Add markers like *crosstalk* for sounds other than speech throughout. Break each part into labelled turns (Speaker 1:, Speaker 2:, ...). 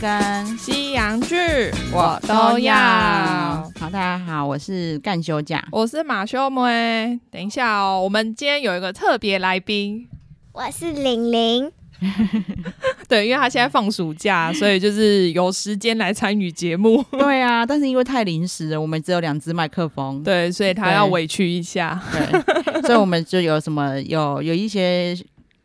Speaker 1: 跟
Speaker 2: 西洋剧
Speaker 1: 我都要。
Speaker 2: 好，
Speaker 1: 好，大家好，我是干休假。
Speaker 2: 我是马修梅。等一下哦，我们今天有一个特别来宾，
Speaker 3: 我是玲玲，
Speaker 2: *laughs* 对，因为他现在放暑假，所以就是有时间来参与节目，
Speaker 1: *laughs* 对啊， *laughs* 但是因为太临时了，我们只有两只麦克风，*laughs*
Speaker 2: *laughs* 对，所以他要委屈一下。
Speaker 1: 对，所以我们就有什么有有一些，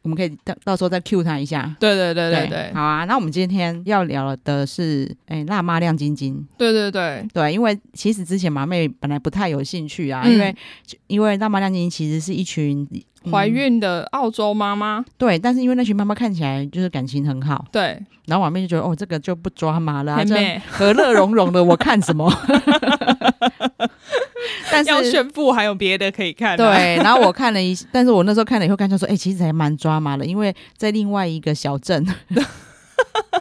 Speaker 1: 我们可以到到时候再 Q 他一下。
Speaker 2: 对对对对对
Speaker 1: 好啊。那我们今天要聊的是，哎、辣妈亮晶晶。
Speaker 2: 对对对，
Speaker 1: 对，啊因为其实之前马妹本来不太有兴趣啊，
Speaker 2: 嗯
Speaker 1: 因为因为辣妈亮晶晶其实是一群嗯
Speaker 2: 怀孕的澳洲妈妈，
Speaker 1: 对，但是因为那群妈妈看起来就是感情很好，
Speaker 2: 对，
Speaker 1: 然后马妹就觉得哦，这个就不抓马了、啊，
Speaker 2: 很
Speaker 1: 这
Speaker 2: 美，
Speaker 1: 和乐融融的，我看什么？ *laughs* 但
Speaker 2: 要
Speaker 1: 是。
Speaker 2: 炫富还有别的可以看、啊。
Speaker 1: 对，然后我看了一，但是我那时候看了以后，看就说，哎、其实还蛮抓马的，因为在另外一个小镇，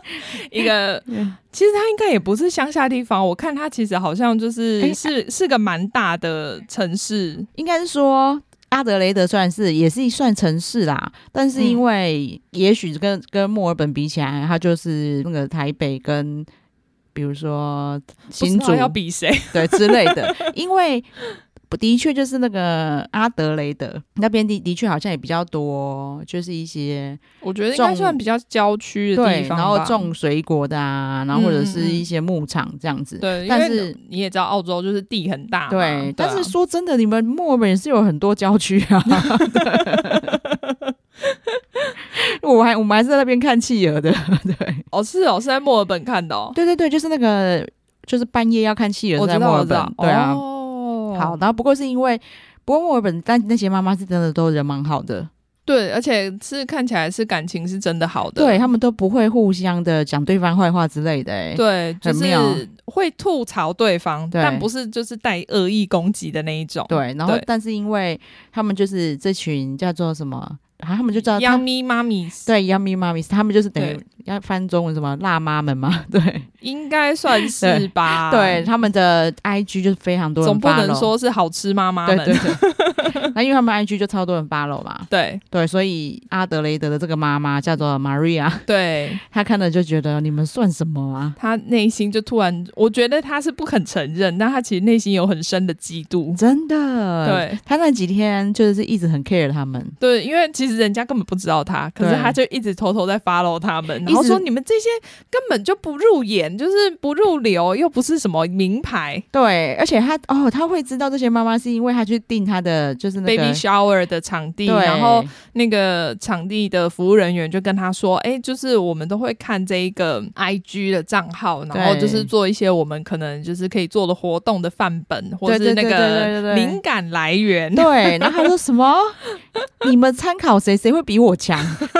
Speaker 1: *laughs*
Speaker 2: 一个， *laughs* 其实他应该也不是乡下地方，我看他其实好像就是、
Speaker 1: 哎
Speaker 2: 是是个蛮大的城市，
Speaker 1: 应该是说阿德雷德虽然是也是算城市啦，但是因为也许跟跟墨尔本比起来，它就是那个台北跟比如说
Speaker 2: 不知
Speaker 1: 新
Speaker 2: 道
Speaker 1: 竹
Speaker 2: 要比谁，
Speaker 1: 对之类的， *laughs* 因为的确就是那个阿德雷德那边的的确好像也比较多，就是一些
Speaker 2: 我觉得应该
Speaker 1: 种
Speaker 2: 算比较郊区的
Speaker 1: 对
Speaker 2: 地，方
Speaker 1: 然后
Speaker 2: 吧
Speaker 1: 种水果的啊，然后或者
Speaker 2: 嗯嗯
Speaker 1: 是
Speaker 2: 嗯
Speaker 1: 一些牧场这样子。
Speaker 2: 对，
Speaker 1: 但
Speaker 2: 因为
Speaker 1: 是
Speaker 2: 你也知道澳洲就是地很大嘛，
Speaker 1: 对，但
Speaker 2: 啊
Speaker 1: 是说真的，你们墨尔本也是有很多郊区啊。 *laughs* 我还我们还是在那边看企鹅的，对，
Speaker 2: 哦是哦是在墨尔本看的哦，
Speaker 1: 对对对，就是那个就是半夜要看企鹅
Speaker 2: 我
Speaker 1: 是
Speaker 2: 知
Speaker 1: 在
Speaker 2: 道
Speaker 1: 墨
Speaker 2: 我
Speaker 1: 尔
Speaker 2: 知
Speaker 1: 本
Speaker 2: 道，，
Speaker 1: 对啊。
Speaker 2: 哦
Speaker 1: 好，然后不过是因为，不过墨尔本但那些妈妈是真的都人蛮好的，
Speaker 2: 对，而且是看起来是感情是真的好的，
Speaker 1: 对他们都不会互相的讲对方坏话之类的、欸，
Speaker 2: 对，就
Speaker 1: 很妙
Speaker 2: 是会吐槽对方，
Speaker 1: 对
Speaker 2: 但不是就是带恶意攻击的那一种，
Speaker 1: 对，然后
Speaker 2: 对
Speaker 1: 但是因为他们就是这群叫做什么，啊，他们就叫他
Speaker 2: 央
Speaker 1: 们
Speaker 2: 咪妈咪是
Speaker 1: 对 Yummy Mommies，他们就是等于
Speaker 2: 对
Speaker 1: 要翻中文什么辣妈们嘛，对、
Speaker 2: 应该算是
Speaker 1: *laughs*
Speaker 2: 吧，
Speaker 1: 对，，他们的 IG 就是非常多人
Speaker 2: 啊总不
Speaker 1: follow，
Speaker 2: 能说是好吃妈妈
Speaker 1: 对
Speaker 2: 们，
Speaker 1: 对对，那因为他们 IG 就超多人 follow 嘛，
Speaker 2: 对
Speaker 1: 对，所以阿德雷德的这个妈妈叫做 Maria， *laughs*
Speaker 2: 对
Speaker 1: 她看了就觉得你们算什么啊？
Speaker 2: 他内心就突然，我觉得他是不肯承认，但他其实内心有很深的嫉妒。
Speaker 1: 真的，
Speaker 2: 对
Speaker 1: 他那几天就是一直很 care 他们，
Speaker 2: 对，因为其实人家根本不知道他，可是
Speaker 1: 对
Speaker 2: 他就一直偷偷在 follow 他们，然
Speaker 1: 一
Speaker 2: 后
Speaker 1: 直
Speaker 2: 说你们这些根本就不入眼，就是不入流，又不是什么名牌、
Speaker 1: 对，而且他哦，他会知道这些妈妈是因为他去订他的就是那个
Speaker 2: baby shower 的场地，
Speaker 1: 对，
Speaker 2: 然后那个场地的服务人员就跟他说：“哎、就是我们都会看这一个 IG 的账号，然后
Speaker 1: 对
Speaker 2: 就是做一些我们可能就是可以做的活动的范本，或是
Speaker 1: 对对
Speaker 2: 那
Speaker 1: 对对对对
Speaker 2: 个
Speaker 1: 对
Speaker 2: 灵感来源。
Speaker 1: 对，然后他说什么？ *laughs* 你们参考谁，谁会比我强？
Speaker 2: *laughs*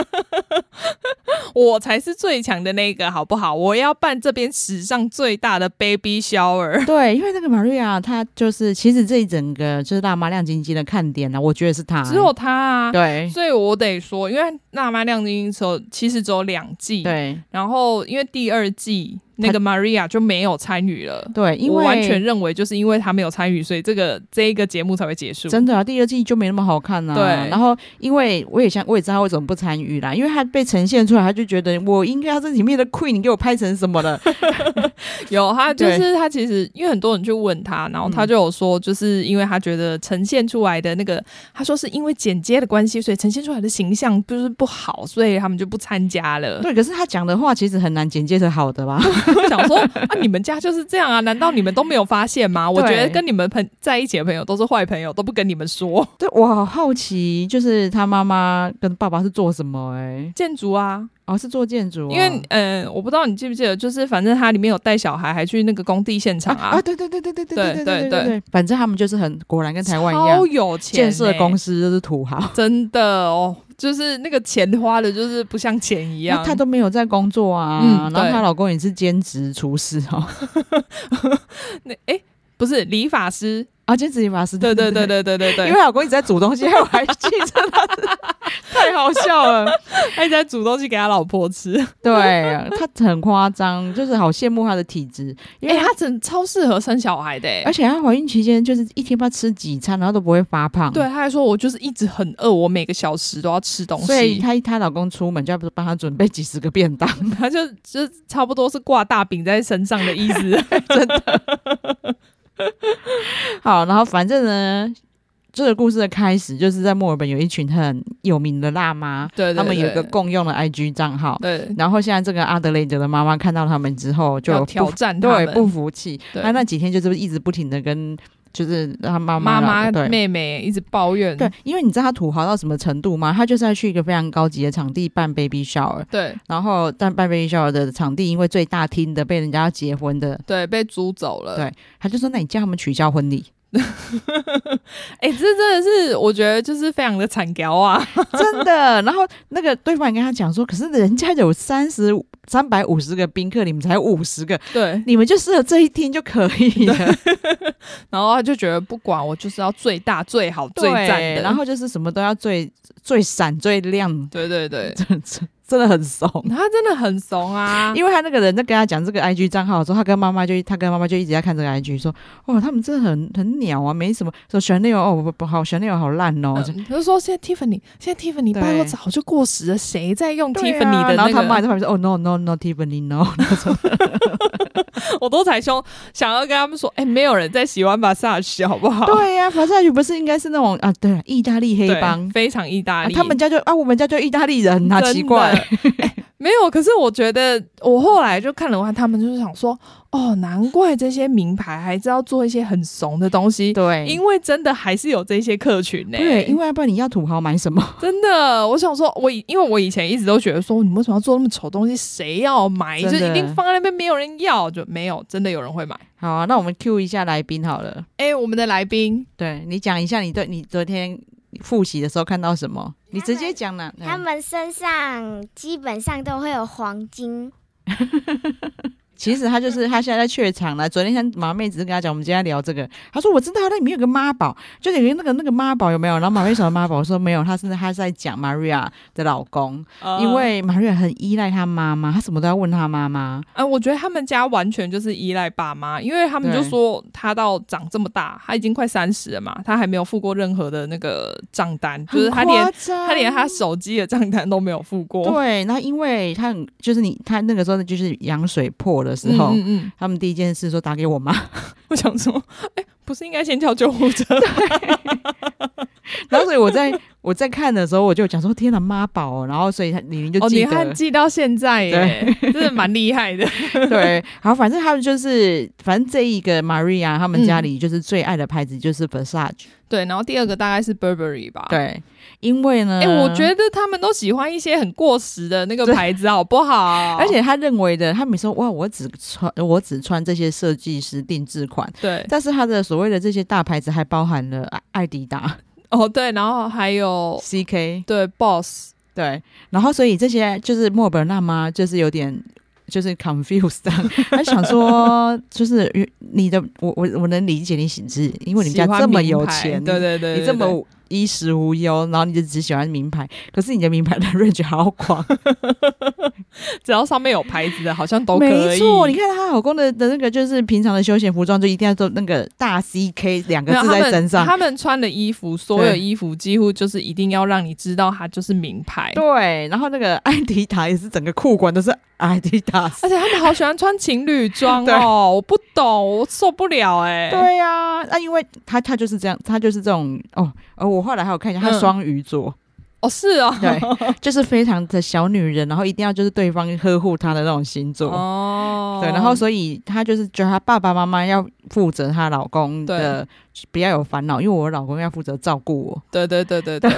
Speaker 2: 我才是最强的那个，好不好？我要办这边史上最大的 baby shower。”
Speaker 1: 对，因为那个玛瑞亚，她就是其实这一整个就是辣妈亮晶晶的看点呢、啊我觉得是她，
Speaker 2: 只有他啊，
Speaker 1: 对
Speaker 2: 所以我得说，因为《辣妈亮晶晶》的时候其实只有两季，
Speaker 1: 对
Speaker 2: 然后因为第二季那个 Maria 就没有参与了，
Speaker 1: 对，因
Speaker 2: 我
Speaker 1: 为
Speaker 2: 完全认为就是因为他没有参与，所以这个这一个节目才会结束。
Speaker 1: 真的啊，第二季就没那么好看啊。
Speaker 2: 对
Speaker 1: 然后因为我也想，我也知道他为什么不参与啦，因为他被呈现出来，他就觉得我应该要这里面的 queen，你给我拍成什么
Speaker 2: *laughs*
Speaker 1: 了？
Speaker 2: 有他就
Speaker 1: 对嗯
Speaker 2: 是他其实因为很多人去问他，然后他就有说，就是因为他觉得呈现出来的那个，他说是因为剪接的关系，所以呈现出来的形象就是不好，所以他们就不参加
Speaker 1: *laughs*
Speaker 2: 了。
Speaker 1: 对，可是他讲的话其实很难剪接成好的
Speaker 2: *laughs*
Speaker 1: 吧？
Speaker 2: 我想说啊，你们家就是这样啊？难道你们都没有发现吗？我觉得跟你们朋在一起的朋友都是坏朋友，都不跟你们说。
Speaker 1: 对，我好好奇，就是他妈妈跟爸爸是做什么、欸？
Speaker 2: 建筑啊，
Speaker 1: 哎，哦，是做建筑哦、
Speaker 2: 因为嗯、呃我不知道你记不记得，就是反正他里面有带小孩，还去那个工地现
Speaker 1: 啊
Speaker 2: 场
Speaker 1: 啊，对对对对对对
Speaker 2: 对
Speaker 1: 对对
Speaker 2: 对对
Speaker 1: 对对，反正他们就是很果然跟台湾一
Speaker 2: 超欸
Speaker 1: 样，
Speaker 2: 有钱、
Speaker 1: 建设公
Speaker 2: 司，
Speaker 1: 司就是土豪。
Speaker 2: 真的哦，就是那个钱花的，就是不像钱一样。
Speaker 1: *laughs* 那她都没有在工作啊，
Speaker 2: 嗯
Speaker 1: 然后
Speaker 2: 对
Speaker 1: 她老公也是兼职厨师哦，
Speaker 2: 那哎、不是理发师，
Speaker 1: 啊，就直接把它撕掉。
Speaker 2: 对对对对对对 *laughs* 对，
Speaker 1: 因为老公一直在煮东西，害我还记着他是。
Speaker 2: *laughs* 太好笑了，他一直在煮东西给他老婆 *laughs* 吃。
Speaker 1: 对他很夸张，就是好羡慕他的体质，因
Speaker 2: 哎、
Speaker 1: 为他、
Speaker 2: 他真超适合生小孩的、欸，
Speaker 1: 而且他怀孕期间就是一天不知道吃几餐，然后都不会发胖。
Speaker 2: 对，他啊还说我就是一直很饿，我每个小时都要吃东西。
Speaker 1: 所以她她老公出门就要帮她准备几十个便当，
Speaker 2: 他就就差不多是挂大饼在身上的意思。
Speaker 1: 好，然后反正呢，这个故事的开始就是在墨尔本有一群很有名的辣妈，
Speaker 2: *laughs* 对对对
Speaker 1: 他们有一个共用的 IG 账号。
Speaker 2: 对，
Speaker 1: 然后现在这个阿德雷德的妈妈看到他们之后就
Speaker 2: 要
Speaker 1: 不
Speaker 2: 挑战他
Speaker 1: 对
Speaker 2: 们
Speaker 1: 不服气，
Speaker 2: 对
Speaker 1: 她那几天就是一直不停的跟就是她妈妈
Speaker 2: 妈妈
Speaker 1: 对。
Speaker 2: 妹妹一直抱怨。
Speaker 1: 对，因为你知道她土豪到什么程度吗？她就是要去一个非常高级的场地办 baby shower，
Speaker 2: 对
Speaker 1: 然后但办 baby shower 的场地因为最大厅的被人家要结婚的，
Speaker 2: 对，被租走了。
Speaker 1: 对她就说：“那你叫他们取消婚礼。”
Speaker 2: 哎、这真的是我觉得就是非常的惨条啊。
Speaker 1: *laughs* 真的。然后那个对方也跟他讲说，可是人家有三十三百五十个宾客，你们才五十个，
Speaker 2: 对，
Speaker 1: 你们就适合这一天就可以 *laughs* 了。
Speaker 2: *laughs* 然后他就觉得不管我就是要最大、最好、最赞的。
Speaker 1: 然后就是什么都要最最闪最亮，
Speaker 2: 对对对，
Speaker 1: 真的真的很怂。
Speaker 2: 他真的很怂啊。
Speaker 1: 因为他那个人在跟他讲这个 IG 账号的时候，他跟妈妈就他跟妈妈就一直在看这个 IG，说哦，他们真的很很鸟啊，没什么。说选内容哦不不好，选内容好烂哦。
Speaker 2: 嗯他就说现在 Tiffany，现在 Tiffany
Speaker 1: 对
Speaker 2: 拜托早就过时了，谁在用
Speaker 1: 对
Speaker 2: Tiffany
Speaker 1: 啊
Speaker 2: 的那个？
Speaker 1: 然后他妈还在旁边说：“哦，no no no，Tiffany no。”
Speaker 2: 我都才凶，想要跟他们说，哎、没有人在洗碗把萨洗，好不
Speaker 1: *laughs*
Speaker 2: 好？
Speaker 1: 对啊呀、法萨语不是应该是那种啊？对啊，意大利黑
Speaker 2: 对
Speaker 1: 帮，
Speaker 2: 非常意大
Speaker 1: 啊
Speaker 2: 利，
Speaker 1: 他们家就啊，我们家就意大利人啊，
Speaker 2: 真的
Speaker 1: 奇怪。
Speaker 2: *laughs* 哎没有，可是我觉得我后来就看了完，他们就是想说，哦，难怪这些名牌还是要做一些很怂的东西，
Speaker 1: 对
Speaker 2: 因为真的还是有这些客群呢、
Speaker 1: 对，因为要不然你要土豪买什么？
Speaker 2: 真的，我想说，我以因为我以前一直都觉得说，你为什么要做那么丑东西？谁要买？就
Speaker 1: 真的
Speaker 2: 一定放在那边没有人要，就没有真的有人会买。
Speaker 1: *laughs* 好啊，那我们 Q 一下来宾好了。
Speaker 2: 哎、我们的来宾，
Speaker 1: 对你讲一下，你对你昨天复习的时候看到什么？你直接讲啦。
Speaker 3: 他
Speaker 1: 嗯
Speaker 3: 们身上基本上都会有黄金，
Speaker 1: 其实他
Speaker 3: *laughs*
Speaker 1: 就是他现在在怯场了。昨天像马妹只是跟他讲，我们今天要聊这个，他说我知道那里面有个妈宝，就有一个那个那个妈宝有没有？然后马妹说妈宝，我说没有，他是他是在讲 Maria 的老公，
Speaker 2: 啊
Speaker 1: 因为 Maria 很依赖她妈妈，她什么都要问她妈妈。
Speaker 2: 哎、我觉得他们家完全就是依赖爸妈，因为他们就
Speaker 1: 对
Speaker 2: 说他到长这么大，他已经快三十了嘛，他还没有付过任何的那个账单，就是他连
Speaker 1: 很夸张
Speaker 2: 他连他手机的账单都没有付过。嗯
Speaker 1: 对，那因为他很就是你他那个时候就是羊水破的时
Speaker 2: 嗯
Speaker 1: 候，
Speaker 2: 嗯嗯，
Speaker 1: 他们第一件事说打给我妈，
Speaker 2: 我想说， *laughs* 哎、不是应该先叫救护
Speaker 1: *laughs*
Speaker 2: 车？
Speaker 1: 然后所以我
Speaker 2: *laughs*
Speaker 1: 在我在看的时候我就讲说天哪妈宝哦，然后所以他李玲就
Speaker 2: 哦，
Speaker 1: 记
Speaker 2: 你
Speaker 1: 得、
Speaker 2: 还记到现在耶，真的蛮厉害的。
Speaker 1: 对，好，反正他们就是反正这一个 Maria 他们
Speaker 2: 嗯
Speaker 1: 家里就是最爱的牌子就是 Versace，、
Speaker 2: 对，然后第二个大概是 Burberry 吧。。
Speaker 1: 对，嗯因为呢，
Speaker 2: 哎、我觉得他们都喜欢一些很过时的那个牌子，好不好？
Speaker 1: *laughs* 而且他认为的，他们说哇，我只穿我只穿这些设计师定制款，
Speaker 2: 对，
Speaker 1: 但是他的所谓的这些大牌子还包含了艾艾迪达、
Speaker 2: 哦对，然后还有
Speaker 1: CK，
Speaker 2: 对 Boss，
Speaker 1: 对，然后所以这些就是墨尔本辣妈，就是有点就是 confused，她想说，就是你的我我我能理解你喜志，因为你们家
Speaker 2: 喜欢
Speaker 1: 这么
Speaker 2: 名
Speaker 1: 有
Speaker 2: 牌
Speaker 1: 钱，
Speaker 2: 对对对
Speaker 1: 你这。
Speaker 2: 对对
Speaker 1: 么衣食无忧，然后你就只喜欢名牌，可是你的名牌的 range 好广，
Speaker 2: 只要上面有牌子的，好像都可以。
Speaker 1: 没错。你看她老公的的那个就是平常的休闲服装，就一定要做那个大 CK *laughs* 两个
Speaker 2: 没有
Speaker 1: 字
Speaker 2: 他
Speaker 1: 在
Speaker 2: 们
Speaker 1: 身上。
Speaker 2: 他们穿的衣服，所有
Speaker 1: 对
Speaker 2: 衣服几乎就是一定要让你知道它就是名牌。
Speaker 1: 对，然后那个艾迪达也是整个裤管都是艾迪达斯
Speaker 2: 而且他们好喜欢穿情侣装
Speaker 1: *laughs* 对
Speaker 2: 哦，我不懂，我受不了哎、
Speaker 1: 对呀、那、因为他他就是这样，他就是这种哦。呃，我后来还有看一下，他
Speaker 2: 嗯
Speaker 1: 双鱼
Speaker 2: *laughs*
Speaker 1: 座，
Speaker 2: 哦，是哦，
Speaker 1: 对，就是非常的小女人，然后一定要就是对方呵护她的那种星座。
Speaker 2: 哦，
Speaker 1: 对，然后所以她就是觉得她爸爸妈妈要负责她老公的，不要有烦恼，因为我老公要负责照顾我。
Speaker 2: 对对对
Speaker 1: *laughs*
Speaker 2: 对对，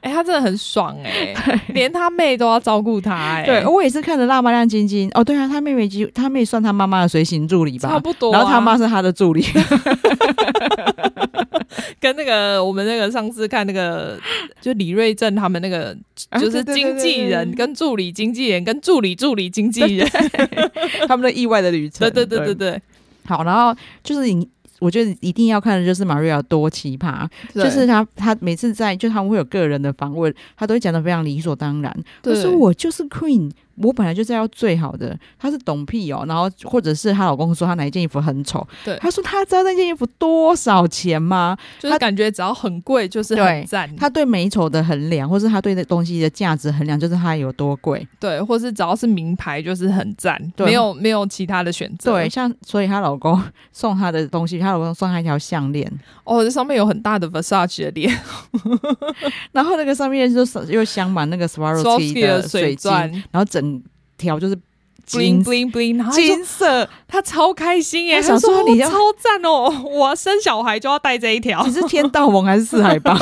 Speaker 2: 哎、他真的很爽哎、连他妹都要照顾他哎、
Speaker 1: 对，我也是看着《辣妈亮晶晶》哦，对啊，她妹妹几乎她妹算她妈妈的随行助理吧，
Speaker 2: 差不多啊、
Speaker 1: 然后她妈是她的助
Speaker 2: *laughs*
Speaker 1: 理，
Speaker 2: 跟那个我们那个上次看那个，就李瑞正他们那个，就
Speaker 1: 啊
Speaker 2: 是经
Speaker 1: 对对
Speaker 2: 纪人、
Speaker 1: 对对对
Speaker 2: 跟助理经纪人跟助理助理经纪人，
Speaker 1: 他们的意外的旅程。
Speaker 2: 对对对对对，
Speaker 1: 好，然后就是你。我觉得一定要看的就是玛瑞亚多奇葩，就是他他每次在就他们会有个人的访问，他都会讲的非常理所当然。他
Speaker 2: 对
Speaker 1: 说我就是 Queen，我本来就是要最好的。他是懂屁哦，然后或者是她老公说她哪一件衣服很丑，
Speaker 2: 对
Speaker 1: 他说他知道那件衣服多少钱吗？
Speaker 2: 就是感觉只要很贵就是
Speaker 1: 对
Speaker 2: 很赞，
Speaker 1: 他对美丑的衡量，或是他对那东西的价值衡量，就是它有多贵。
Speaker 2: 对，或是只要是名牌就是很赞，
Speaker 1: 对
Speaker 2: 没有没有其他的选择。
Speaker 1: 对，，像所以她老公送她的东西，她老公送她一条项链，
Speaker 2: 哦，这上面有很大的 Versace 的脸
Speaker 1: 然后那个上面就是又镶满那个 Swarovski
Speaker 2: ，Swarovski
Speaker 1: 的
Speaker 2: 的
Speaker 1: 水
Speaker 2: 水
Speaker 1: 晶，
Speaker 2: 钻
Speaker 1: 然后整条就是
Speaker 2: ，bling
Speaker 1: 金
Speaker 2: bling bling，然后他就
Speaker 1: 金色。
Speaker 2: 他超开心耶，
Speaker 1: 他想
Speaker 2: 他
Speaker 1: 说
Speaker 2: 说
Speaker 1: 你
Speaker 2: 哦
Speaker 1: 要
Speaker 2: 超赞哦， *laughs* 我生小孩就要戴这一条
Speaker 1: *laughs* 你。是天道盟还是四海 *laughs* 帮？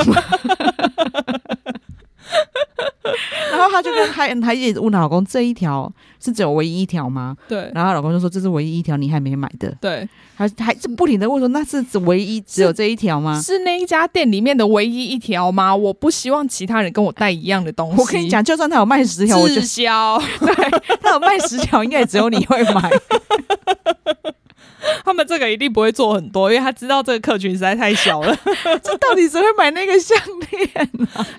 Speaker 1: 然后她就跟还还一直问她老公这一条是只有唯一一条吗？
Speaker 2: 对
Speaker 1: 然后她老公就说这是唯一一条你还没买的，
Speaker 2: 对，
Speaker 1: 还还是不停的问说那是只唯一只有这一条吗？
Speaker 2: 是那一家店里面的唯一一条吗？我不希望其他人跟我带一样的东西。
Speaker 1: 我跟你，讲，就算他有卖十条，我觉
Speaker 2: 滞
Speaker 1: 得
Speaker 2: 销，
Speaker 1: 他有卖十条，应该也只有你会买。
Speaker 2: 他们这个一定不会做很多，因为他知道这个客群实在太小
Speaker 1: *laughs*
Speaker 2: 了。
Speaker 1: 这 *laughs* 到底谁会买那个项链？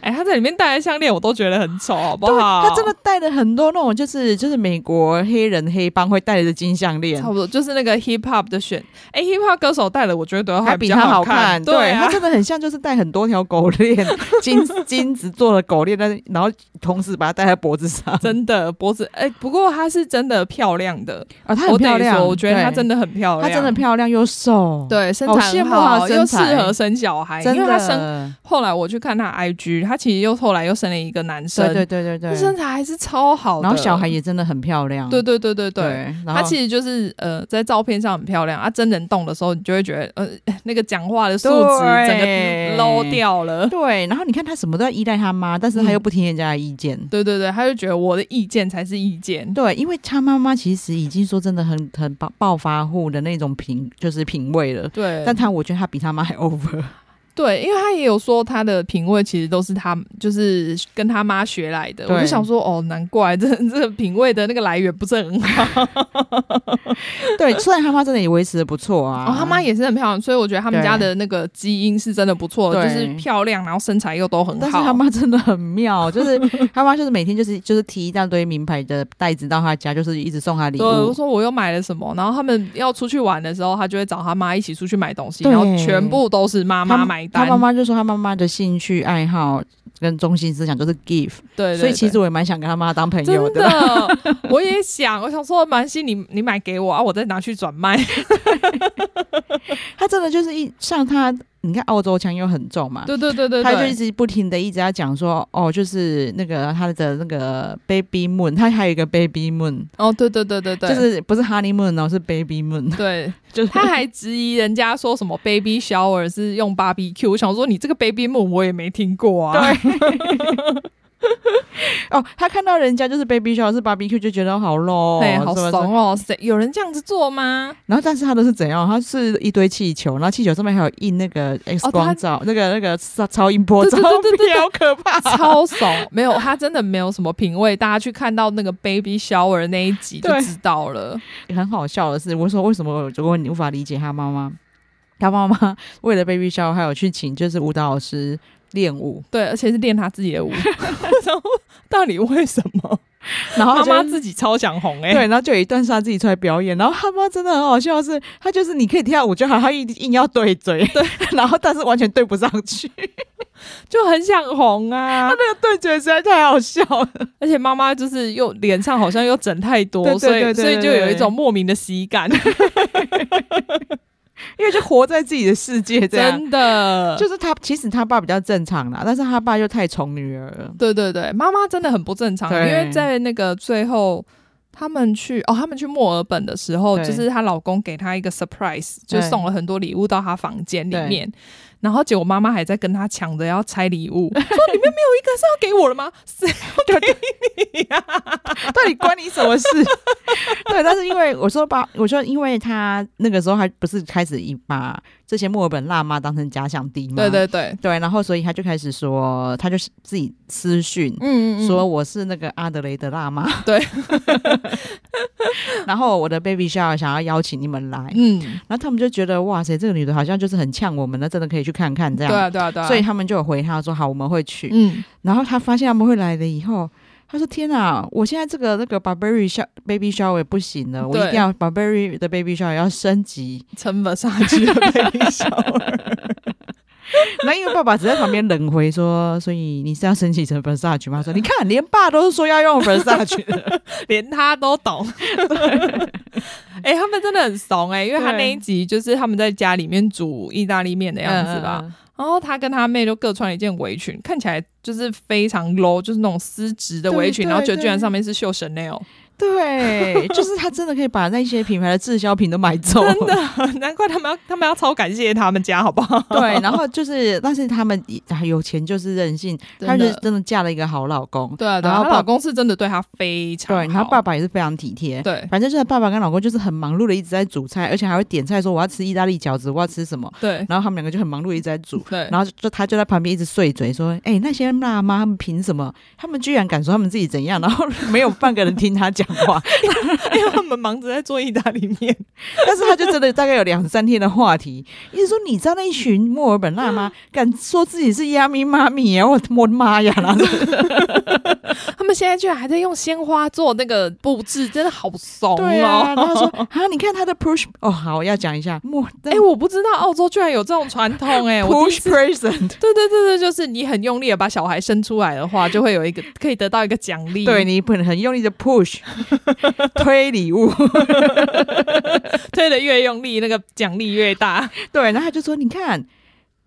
Speaker 2: 哎，他在里面戴的项链我都觉得很丑，好不
Speaker 1: 对，
Speaker 2: 好？
Speaker 1: 他真的戴了很多那种，就是就是美国黑人黑帮会戴的金项链
Speaker 2: 差，不多，就是那个 hip hop 的选，哎、h i p hop 歌手戴了，我觉得
Speaker 1: 还
Speaker 2: 比
Speaker 1: 比
Speaker 2: 较
Speaker 1: 他好
Speaker 2: 看，
Speaker 1: 对
Speaker 2: 对啊
Speaker 1: 他，真的很像，就是戴很多条狗链， *laughs*
Speaker 2: *laughs*
Speaker 1: 金金子做的狗链，但是然后同时把它戴在脖子上，
Speaker 2: 真的脖子，哎、不过她是真的漂亮的，
Speaker 1: 啊，她
Speaker 2: 我
Speaker 1: 很
Speaker 2: 得
Speaker 1: 漂亮，
Speaker 2: 说，我觉得她
Speaker 1: 对
Speaker 2: 真的很漂亮，
Speaker 1: 她真的漂亮又瘦，，
Speaker 2: 对身
Speaker 1: 好
Speaker 2: 材
Speaker 1: 羡
Speaker 2: 很
Speaker 1: 慕
Speaker 2: 好，啊
Speaker 1: 她的
Speaker 2: 又适
Speaker 1: 身材
Speaker 2: 合生小孩，
Speaker 1: 真
Speaker 2: 因为她生。
Speaker 1: 的，
Speaker 2: 后来我去看她 IG，她其实又后来又生了一个男生，
Speaker 1: 对对对对
Speaker 2: 她身
Speaker 1: 对，
Speaker 2: 材还是超好的，
Speaker 1: 然后小孩也真的很漂亮，
Speaker 2: 对对对对对。
Speaker 1: 对，然
Speaker 2: 她
Speaker 1: 后
Speaker 2: 其实就是呃，在照片上很漂亮，啊，真人动的时候，你就会觉得呃， *laughs* 那个讲话的素质整个
Speaker 1: 对
Speaker 2: low 掉了。
Speaker 1: 对，然后你看她什么都要依赖她妈，但是她又
Speaker 2: 嗯
Speaker 1: 不听人家的意见。
Speaker 2: 对对对，他就觉得我的意见才是意见。
Speaker 1: 对，因为她妈妈其实已经说真的很很暴暴发户的那种品，就是品味了。
Speaker 2: 对，
Speaker 1: 但她我觉得她比她妈还 *laughs* over。
Speaker 2: 对，因为他也有说他的品味其实都是他就是跟他妈学来的，
Speaker 1: 对
Speaker 2: 我就想说哦，难怪这这个品味的那个来源不是很好。
Speaker 1: 对，虽然他妈真的也维持的不错啊，
Speaker 2: 哦，他妈也是很漂亮，所以我觉得他们
Speaker 1: 对
Speaker 2: 家的那个基因是真的不错的，就
Speaker 1: 对
Speaker 2: 是漂亮，然后身材又都很
Speaker 1: 但是
Speaker 2: 好。
Speaker 1: 他妈真的很妙，就是他妈就是每天就是就是提一大堆名牌的袋子到他家，就是一直送他礼
Speaker 2: 对，我
Speaker 1: 物。
Speaker 2: 说我又买了什么，然后他们要出去玩的时候，他就会找他妈一起出去买东西，
Speaker 1: 对
Speaker 2: 然后全部都是妈妈
Speaker 1: 他
Speaker 2: 买
Speaker 1: 他
Speaker 2: 单。
Speaker 1: 妈妈就说他妈妈的兴趣爱好跟中心思想就是 give，
Speaker 2: 对对
Speaker 1: 所以其
Speaker 2: 对
Speaker 1: 实我也蛮想跟他妈当朋友 *laughs*
Speaker 2: 真的，我也想，我想说，蛮心你你买给我啊，我再拿去
Speaker 1: *laughs*
Speaker 2: 转卖。
Speaker 1: 他真的就是一像他，你看澳洲腔又很重嘛。
Speaker 2: 对对对对
Speaker 1: 他就一
Speaker 2: 对，
Speaker 1: 直不停的一直要讲说，哦，就是那个他的那个 baby moon，他还有一个 baby moon，
Speaker 2: 哦，对对对对对，
Speaker 1: 就是不是 honeymoon 哦，是 baby moon， *laughs*
Speaker 2: 对，
Speaker 1: 就是
Speaker 2: 他还质疑人家说什么 baby shower 是用 BBQ，我想说你这个 baby moon 我也没听过啊。
Speaker 1: 对。哦，他看到人家就是 baby shower 是 barbecue 就觉得好 low，
Speaker 2: 对，好
Speaker 1: 哦是不是
Speaker 2: 怂哦！谁有人这样子做吗？
Speaker 1: 然后但是他的是怎样？他是一堆气球，然后气球上面还有印那个 X
Speaker 2: 哦
Speaker 1: 光
Speaker 2: 他
Speaker 1: 照，那个那个超超音波
Speaker 2: 对
Speaker 1: 照
Speaker 2: 对对对对
Speaker 1: 片，好可怕。 *laughs*
Speaker 2: 超怂，没有，他真的没有什么品味。大家去看到那个 baby shower 那一集就
Speaker 1: 对
Speaker 2: 知道了。
Speaker 1: 很好笑的是，我说为什么如果你无法理解他妈妈，他妈妈为了 baby shower 还有去请就是舞蹈老师练舞，
Speaker 2: 对，而且是练他自己
Speaker 1: *laughs*
Speaker 2: 的舞。 *laughs* 然后到底为什么？
Speaker 1: 然后
Speaker 2: 妈妈
Speaker 1: 己。
Speaker 2: 自己超想红哎、
Speaker 1: 啊对，然后就有一段是他自己出来表演，然后他妈真的很好笑的是，他就是你可以跳舞就好，他硬硬要对嘴，对， *laughs* 然后但是完全对不上去，
Speaker 2: 就很想红啊，
Speaker 1: 那个对嘴实在太好笑了。
Speaker 2: 而且妈妈就是又脸上好像又整太多，
Speaker 1: 对对
Speaker 2: 所
Speaker 1: 对
Speaker 2: 以
Speaker 1: 对
Speaker 2: 所以
Speaker 1: 对
Speaker 2: 就有一
Speaker 1: 对
Speaker 2: 种莫名的喜感，
Speaker 1: 因为就活在自己的世界这样。
Speaker 2: 真的。
Speaker 1: 就是他，其实他爸比较正常啦，但是他爸又太宠女儿了。
Speaker 2: 对对对，妈妈真的很不正常，因
Speaker 1: 对
Speaker 2: 为在那个最后。他们去哦，他们去墨尔本的时候，
Speaker 1: 对
Speaker 2: 就是她老公给她一个 surprise，就
Speaker 1: 对
Speaker 2: 送了很多礼物到她房间里面，然后结果妈妈还在跟她抢着要拆
Speaker 1: *laughs*
Speaker 2: 礼物，说里面没有一个是要给我的吗？ *laughs* 是
Speaker 1: 到底关你什么事？ *laughs* 对，但是因为我说爸，我说因为他那个时候还不是开始以把这些墨尔本辣妈当成假想敌吗？
Speaker 2: 对对对，
Speaker 1: 对，然后所以他就开始说，他就是自己私讯，
Speaker 2: 嗯嗯嗯，
Speaker 1: 说我是那个阿德雷的辣妈，
Speaker 2: 对，
Speaker 1: *laughs* 然后我的 baby shower 想要邀请你们来，
Speaker 2: 嗯，
Speaker 1: 然后他们就觉得哇塞，这个女的好像就是很呛我们，那真的可以去看看这
Speaker 2: 对
Speaker 1: 样。
Speaker 2: 啊，对啊，对啊，
Speaker 1: 所以他们就有回他说好，我们会去。
Speaker 2: 嗯，
Speaker 1: 然后他发现他们会来了以后，他说天啊，我现在这个那个 Burberry show baby shower 也不行了，我一
Speaker 2: 对
Speaker 1: 定要 Burberry 的 baby shower 要升
Speaker 2: *laughs*
Speaker 1: 级。
Speaker 2: 撑不上去的
Speaker 1: *laughs*
Speaker 2: baby shower，
Speaker 1: 那因为爸爸只在旁边冷回说，所以你是要升级成 Versace 吗？他说你看，连爸都是说要用 Versace
Speaker 2: *laughs*
Speaker 1: 的。
Speaker 2: 连他都懂。 *laughs* 哎、他们真的很怂哎、因为他
Speaker 1: 对
Speaker 2: 那一集就是他们在家里面煮意大利面的样子吧，
Speaker 1: 嗯？嗯嗯
Speaker 2: 然后他跟他妹就各穿了一件围裙，看起来就是非常 low，就是那种丝质的围裙，
Speaker 1: 对
Speaker 2: 然后就
Speaker 1: 对
Speaker 2: 居然上面是绣 *laughs* Chanel，
Speaker 1: 对，就是他真的可以把那些品牌的滞销品都买走。
Speaker 2: 真 *laughs* 的，难怪他们要他们要超感谢他们家，好不 *laughs* 好？
Speaker 1: *laughs* 对，然后就是，但是他们啊有钱就是任性，她
Speaker 2: 真
Speaker 1: 是
Speaker 2: 的
Speaker 1: 真的嫁了一个好老公。
Speaker 2: 对啊，对
Speaker 1: 然
Speaker 2: 啊，
Speaker 1: 后
Speaker 2: 她
Speaker 1: 爸
Speaker 2: 老公是真的对她非常
Speaker 1: 对，
Speaker 2: 好，
Speaker 1: 然后爸爸也是非常体贴。
Speaker 2: 对
Speaker 1: 反正就是爸爸跟老公就是很忙碌的一直在煮菜，而且还会点菜说我要吃意大利饺子，我要吃什么。
Speaker 2: 对
Speaker 1: 然后他们两个就很忙碌一直在煮，
Speaker 2: 对，
Speaker 1: 然后就他就在旁边一直碎嘴说：“哎、那些辣妈他们凭什么？他们居然敢说他们自己怎样？然后没有半个人听他讲话，
Speaker 2: *laughs* 因为他们忙着在做意大利面，
Speaker 1: *laughs* 但是他就真的大概有两三天的话题，一直说你知道那一群墨尔本辣
Speaker 2: 嗯
Speaker 1: 妈敢说自己是亚咪妈咪啊，我我的妈呀！然后
Speaker 2: *laughs* 他们现在居然还在用鲜花做那个布置，真的好怂
Speaker 1: 对
Speaker 2: 哦！
Speaker 1: 啊，然后说 *laughs* 啊，你看他的 push 哦，好，我要讲一下墨
Speaker 2: 哎、我不知道澳洲居然有这种传统 *laughs* 哎、我第一
Speaker 1: push
Speaker 2: 次
Speaker 1: present，
Speaker 2: 对对对对，就是你很用力的把小孩生出来的话，就会有一个可以得到一个奖励。
Speaker 1: 对你不能很用力的
Speaker 2: *laughs*
Speaker 1: push 推礼物， *laughs*
Speaker 2: 推的越用力，那个奖励越大。
Speaker 1: 对，然后他就说你看。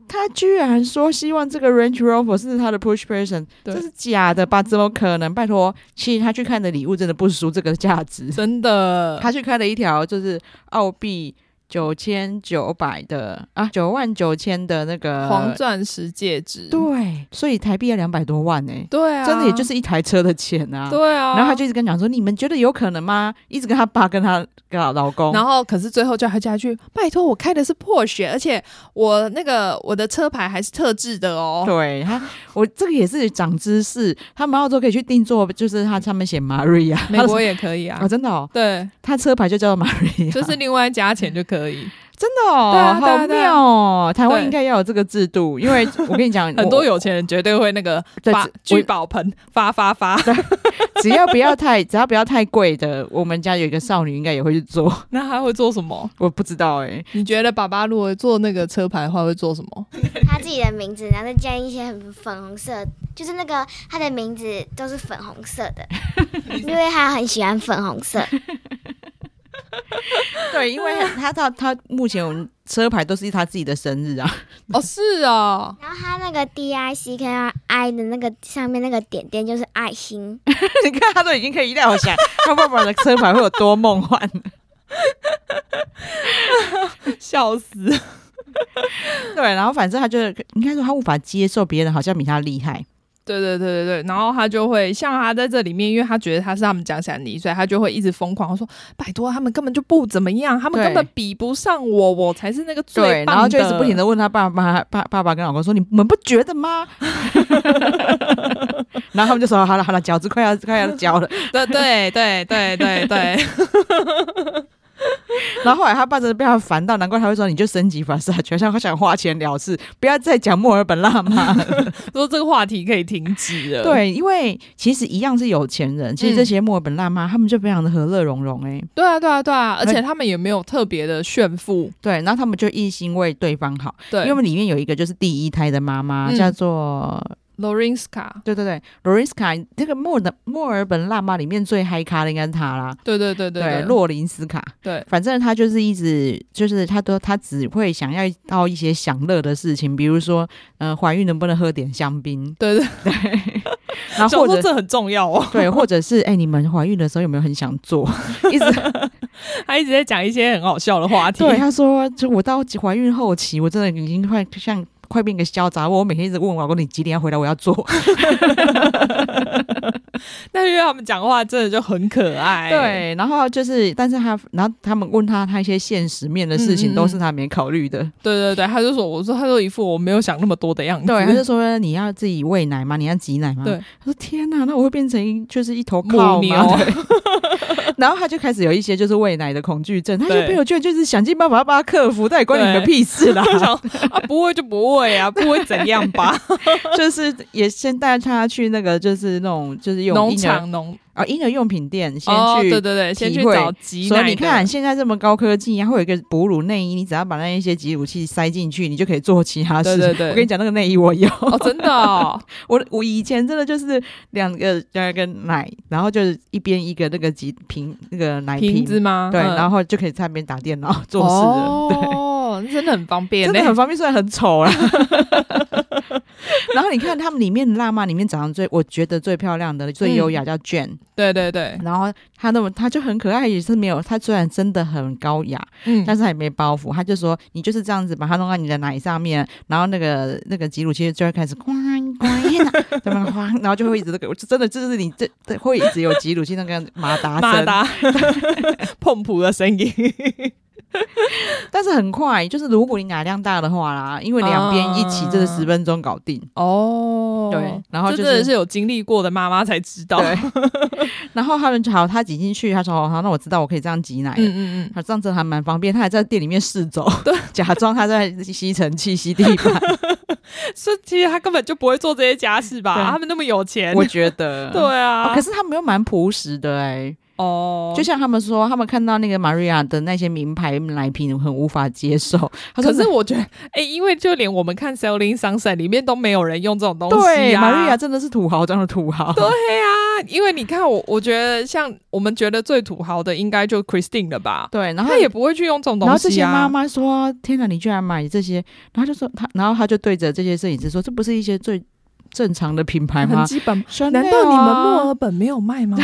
Speaker 1: 他居然说希望这个 Range Rover 是他的 push person，
Speaker 2: 对
Speaker 1: 这是假的吧？怎么可能？拜托，其实他去看的礼物真的不输这个价值。
Speaker 2: 真的，
Speaker 1: 他去开了一条就是澳币九千九百的啊，九万九千的那个
Speaker 2: 黄，钻石戒指，
Speaker 1: 呃对，所以台币要两百多万呢、
Speaker 2: 对啊，
Speaker 1: 真的也就是一台车的钱啊。
Speaker 2: 对啊。
Speaker 1: 然后他就一直跟他讲说：“你们觉得有可能吗？”一直跟他爸、跟他跟他老公，
Speaker 2: 然后可是最后叫他加一句：“拜托，我开的是 Porsche，而且我那个我的车牌还是特制的哦。
Speaker 1: 对他，我这个也是长知识。他们澳洲可以去定做，就是他上面写 Maria，”
Speaker 2: 美国也可以
Speaker 1: 他
Speaker 2: 啊
Speaker 1: 说 *laughs* 哦，，真的哦， *laughs*
Speaker 2: 对，
Speaker 1: 他车牌就叫做 Maria，
Speaker 2: 就是另外加钱就可以，
Speaker 1: *laughs* 真的哦，
Speaker 2: 对啊对啊
Speaker 1: 好
Speaker 2: 对啊
Speaker 1: 妙哦！台湾
Speaker 2: 对
Speaker 1: 应该要有这个制度，因为我跟你讲，
Speaker 2: *laughs* 很
Speaker 1: 我
Speaker 2: 多有钱人绝对会那个
Speaker 1: 对
Speaker 2: 发
Speaker 1: 只我
Speaker 2: 聚宝盆发发发，
Speaker 1: *laughs* 只要不要太，只要不要太贵的，我们家有一个少女应该也会去做。 *laughs*
Speaker 2: 那他会做什么？
Speaker 1: 我不知道哎、
Speaker 2: 你觉得爸爸如果做那个车牌的话，会做什么？
Speaker 3: 他自己的名字，然后再加一些很粉红色，就是那个他的名字都是粉红色的，因为他很喜欢粉红色。
Speaker 1: *laughs* 对，因为他他他目前我们车牌都是他自己的生日啊。 *laughs*
Speaker 2: 哦，是啊，
Speaker 3: 然后他那个 D I C K I 的那个上面那个点点就是爱心，
Speaker 1: 你看他都已经可以料想他爸爸的车牌会有多梦幻。 *laughs*
Speaker 2: 笑死！
Speaker 1: 对，然后反正他就是应该说他无法接受别人好像比他厉害。
Speaker 2: 对对对对对，然后他就会像他在这里面，因为他觉得他是他们讲起来泥，所以他就会一直疯狂地说：“拜托，他们根本就不怎么样，他们
Speaker 1: 对
Speaker 2: 根本比不上我，我才是那个最
Speaker 1: 对，
Speaker 2: 棒的。”
Speaker 1: 然后就一直不停的问他爸爸、爸爸爸跟老公说：“你们不觉得吗？” *laughs* 然后他们就说：“好了好了，饺子快要快要焦了。
Speaker 2: 对对对对对对，” *laughs*
Speaker 1: 然后后来他爸真的被他烦到，难怪他会说：“你就升级法式，啊好像想花钱了事，不要再讲墨尔本辣妈。”
Speaker 2: *laughs* 说这个话题可以停止了。，
Speaker 1: 对，因为其实一样是有钱人，其实这些墨尔本辣妈、他们就非常的和乐融融哎、
Speaker 2: 对啊对啊对啊，而且他们也没有特别的炫富。
Speaker 1: 对，然后他们就一心为对方好，
Speaker 2: 对，
Speaker 1: 因为里面有一个就是第一胎的妈妈、
Speaker 2: 嗯
Speaker 1: 叫做
Speaker 2: Lorinska，
Speaker 1: 对对对 l o r i s k a 这个墨的墨尔本辣妈里面最嗨咖的应该是她啦，
Speaker 2: 对对对对对，
Speaker 1: 洛林斯卡，
Speaker 2: 对
Speaker 1: 反正她就是一直就是她都她只会想要到一些享乐的事情，比如说呃怀孕能不能喝点香
Speaker 2: *laughs*
Speaker 1: 槟，
Speaker 2: 对对，
Speaker 1: 然后
Speaker 2: 想
Speaker 1: 或
Speaker 2: 说
Speaker 1: 者。
Speaker 2: 这很重要哦。
Speaker 1: 对，或者是哎、你们怀孕的时候有没有很想
Speaker 2: *laughs*
Speaker 1: 做？一直
Speaker 2: 他一直在讲一些很好笑的话题。
Speaker 1: 对，他说，就我到怀孕后期，我真的已经快像快变个小杂货。我每天一直问我老公你几点要回来，我要
Speaker 2: *laughs*
Speaker 1: 做。
Speaker 2: 但是因为他们讲话真的就很可
Speaker 1: *laughs*
Speaker 2: 爱，，
Speaker 1: 对，然后就是，但是他，然后他们问他他一些现实面的事
Speaker 2: 嗯嗯
Speaker 1: 情，
Speaker 2: 嗯
Speaker 1: 都是他没考虑的。
Speaker 2: 对对对，他就说，我说他说一副我没有想那么多的样子，
Speaker 1: 对，他
Speaker 2: *laughs*
Speaker 1: 就说你要自己喂奶吗？你要挤奶吗？
Speaker 2: 对，
Speaker 1: 他说天哪，那我会变成一就是一头
Speaker 2: 母
Speaker 1: 靠
Speaker 2: 牛，
Speaker 1: 吗？ *laughs* 然后他就开始有一些就是喂奶的恐惧症，他
Speaker 2: 对
Speaker 1: 就朋友圈就是想尽办法要帮他克服，到底关你个屁事啦！
Speaker 2: *laughs* 想啊不会就不
Speaker 1: *laughs*
Speaker 2: 会啊，不会怎样吧？
Speaker 1: 就是也先带他去那个就是那种就是用
Speaker 2: 农
Speaker 1: 婴儿
Speaker 2: 场农
Speaker 1: 啊婴儿用品店先
Speaker 2: 哦，
Speaker 1: 去
Speaker 2: 对对对，先去
Speaker 1: 体会
Speaker 2: 找挤
Speaker 1: 所
Speaker 2: 奶
Speaker 1: 以
Speaker 2: 的。
Speaker 1: 你看，现在这么高科技，还会有一个哺乳内衣，你只要把那一些挤乳器塞进去，你就可以做其他事。
Speaker 2: 对对对
Speaker 1: 我跟你讲，那个内衣我
Speaker 2: *laughs*
Speaker 1: 有，
Speaker 2: 哦，真的
Speaker 1: *laughs*
Speaker 2: 哦，
Speaker 1: 我我以前真的就是两个两个奶，然后就是一边一个那个挤瓶那个奶瓶
Speaker 2: 瓶子吗？
Speaker 1: 对，
Speaker 2: 嗯
Speaker 1: 然后就可以在那边打电脑做事了。
Speaker 2: 哦，真的很方便
Speaker 1: 真
Speaker 2: 呢
Speaker 1: 的。很方便，虽然很丑啦。 *laughs* 然后你看他们里面的辣妈，里面长得最我觉得最漂亮的、最
Speaker 2: 嗯
Speaker 1: 优雅叫 Jane，、
Speaker 2: 对对对，
Speaker 1: 然后她那么她就很可爱，也是没有她虽然真的很高雅，
Speaker 2: 嗯，
Speaker 1: 但是还没包袱，他就说你就是这样子把它弄到你的奶上面，然后那个那个挤乳器就会开始咣咣，对吧？哗，然后就会一直那个，就真的就是你这这会一直有挤乳器那个马达
Speaker 2: *laughs* 马
Speaker 1: 声，
Speaker 2: 达
Speaker 1: *laughs*
Speaker 2: 碰扑的声音，
Speaker 1: 但是很快，就是如果你奶量大的话啦，因为两边一起就是十分钟搞定，
Speaker 2: 哦
Speaker 1: 对，然后
Speaker 2: 这
Speaker 1: 就
Speaker 2: 真的
Speaker 1: 是。
Speaker 2: 是有哦经历过的妈妈才知道。
Speaker 1: 对， *laughs* 然后他们就好，他挤进去，他说：“哦好，那我知道我可以这样挤奶了。
Speaker 2: 嗯嗯嗯，
Speaker 1: 他这样子还蛮方便，他还在店里面试走，假装他在吸尘器吸地板。
Speaker 2: 嗯 *laughs* 所以其实他根本就不会做这些家事吧？
Speaker 1: 对
Speaker 2: 他们那么有钱，
Speaker 1: 我觉得，
Speaker 2: 对啊
Speaker 1: 哦，可是他们又蛮朴实的哎、
Speaker 2: 哦，
Speaker 1: 就像他们说，他们看到那个玛瑞亚的那些名牌奶瓶很无法接 *laughs* 受。他说
Speaker 2: 可是我觉得，哎、因为就连我们看《Selling Sunset》里面都没有人用这种东西
Speaker 1: 对，
Speaker 2: 啊。
Speaker 1: 玛瑞亚真的是土豪中的土豪。
Speaker 2: 对啊，因为你看我，我觉得像我们觉得最土豪的，应该就 Christine 了吧？
Speaker 1: *laughs* 对，然后
Speaker 2: 他也不会去用这种东西、啊。
Speaker 1: 然后这些妈妈说：“天哪，你居然买这些！”然后就说他，然后他就对着这些摄影师说：“这不是一些最正常的品牌
Speaker 2: 很
Speaker 1: 吗？”
Speaker 2: 基本。
Speaker 1: Chanel
Speaker 2: 难道你们
Speaker 1: 啊
Speaker 2: 墨尔本没有卖吗？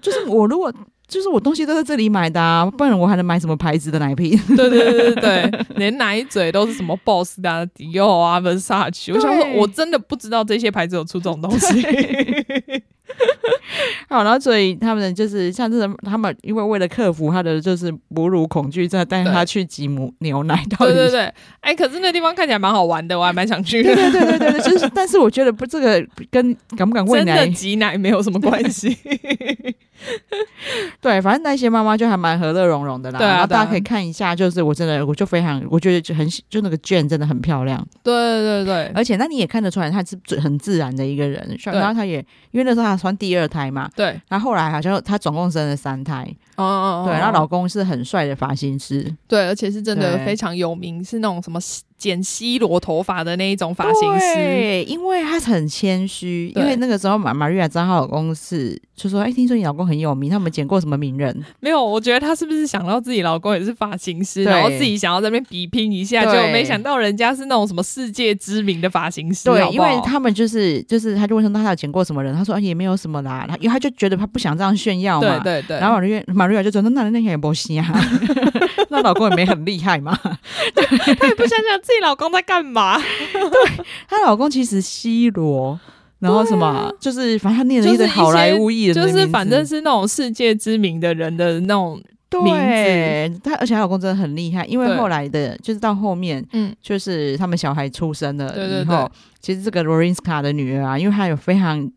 Speaker 1: 就是我如果就是我东西都在这里买的、啊，不然我还能买什么牌子的奶瓶？
Speaker 2: *laughs* 对对对对对， *laughs* 连奶嘴都是什么 Boss 的、啊、迪奥啊、Versace。我想说，
Speaker 1: 对
Speaker 2: 我真的不知道这些牌子有出这种东 *laughs* 西。
Speaker 1: 好，然后所以他们就是像这种，他们因为为了克服他的就是哺乳恐惧症，带
Speaker 2: 对
Speaker 1: 他去挤母牛奶，到
Speaker 2: 对
Speaker 1: 底
Speaker 2: 对对，哎、可是那地方看起来蛮好玩的，我还蛮想去
Speaker 1: *laughs*
Speaker 2: 的。
Speaker 1: 对对对对对，就是，但是我觉得不，这个跟敢不敢喂
Speaker 2: 真的
Speaker 1: 奶，
Speaker 2: 挤奶没有什么关系。
Speaker 1: 对，反正那些妈妈就还蛮和乐融融的啦。
Speaker 2: 对啊
Speaker 1: 然后大
Speaker 2: 对啊
Speaker 1: 家可以看一下，就是我真的，我就非常，我觉得就很喜，就那个卷真的很漂亮，
Speaker 2: 对对对
Speaker 1: 而且那你也看得出来，她是最很自然的一个人。像
Speaker 2: 对
Speaker 1: 然后她也，因为那时候她生第二胎嘛，
Speaker 2: 对，
Speaker 1: 她后来好像她总共生了三胎。
Speaker 2: 哦哦哦，
Speaker 1: 对，然后
Speaker 2: 哦
Speaker 1: 老公是很帅的发型师，
Speaker 2: 对，而且是真的
Speaker 1: 对
Speaker 2: 非常有名，是那种什么剪西罗头发的那一种发型师。
Speaker 1: 对，因为她很谦虚，
Speaker 2: 对
Speaker 1: 因为那个时候玛玛瑞亚知道她老公是，就说：“哎、听说你老公很有名，他们剪过什么名人？”
Speaker 2: 没有，我觉得她是不是想到自己老公也是发型师，
Speaker 1: 对
Speaker 2: 然后自己想要在那边比拼一下，就
Speaker 1: 对
Speaker 2: 没想到人家是那种什么世界知名的发型师，
Speaker 1: 对
Speaker 2: 好，不
Speaker 1: 因
Speaker 2: 好
Speaker 1: 为他们就是就是，他就问说那他有剪过什么人，他说、啊、也没有什么啦，他因为他就觉得他不想这样炫耀嘛。
Speaker 2: 对对对，
Speaker 1: 然后马瑞亚马瑞亚就说那那那个也不行
Speaker 2: *laughs*
Speaker 1: 啊，那老公也没很厉害嘛。
Speaker 2: 她也不想想自己老公在干嘛，
Speaker 1: 她老公其实 C 罗，然后什么、就是反正他念了一
Speaker 2: 啊就是
Speaker 1: 堆
Speaker 2: 一些
Speaker 1: 好莱坞艺人的
Speaker 2: *laughs* 就
Speaker 1: 名字，
Speaker 2: 是反正是那种世界知名的人的那种，
Speaker 1: 对，她而且她老公真的很厉害，因为
Speaker 2: 对
Speaker 1: 后来的就是到后面。
Speaker 2: 嗯，
Speaker 1: 就是他们小孩出生了以后，
Speaker 2: 对对对
Speaker 1: 其实这个罗 o 斯卡的女儿啊，因为她有非常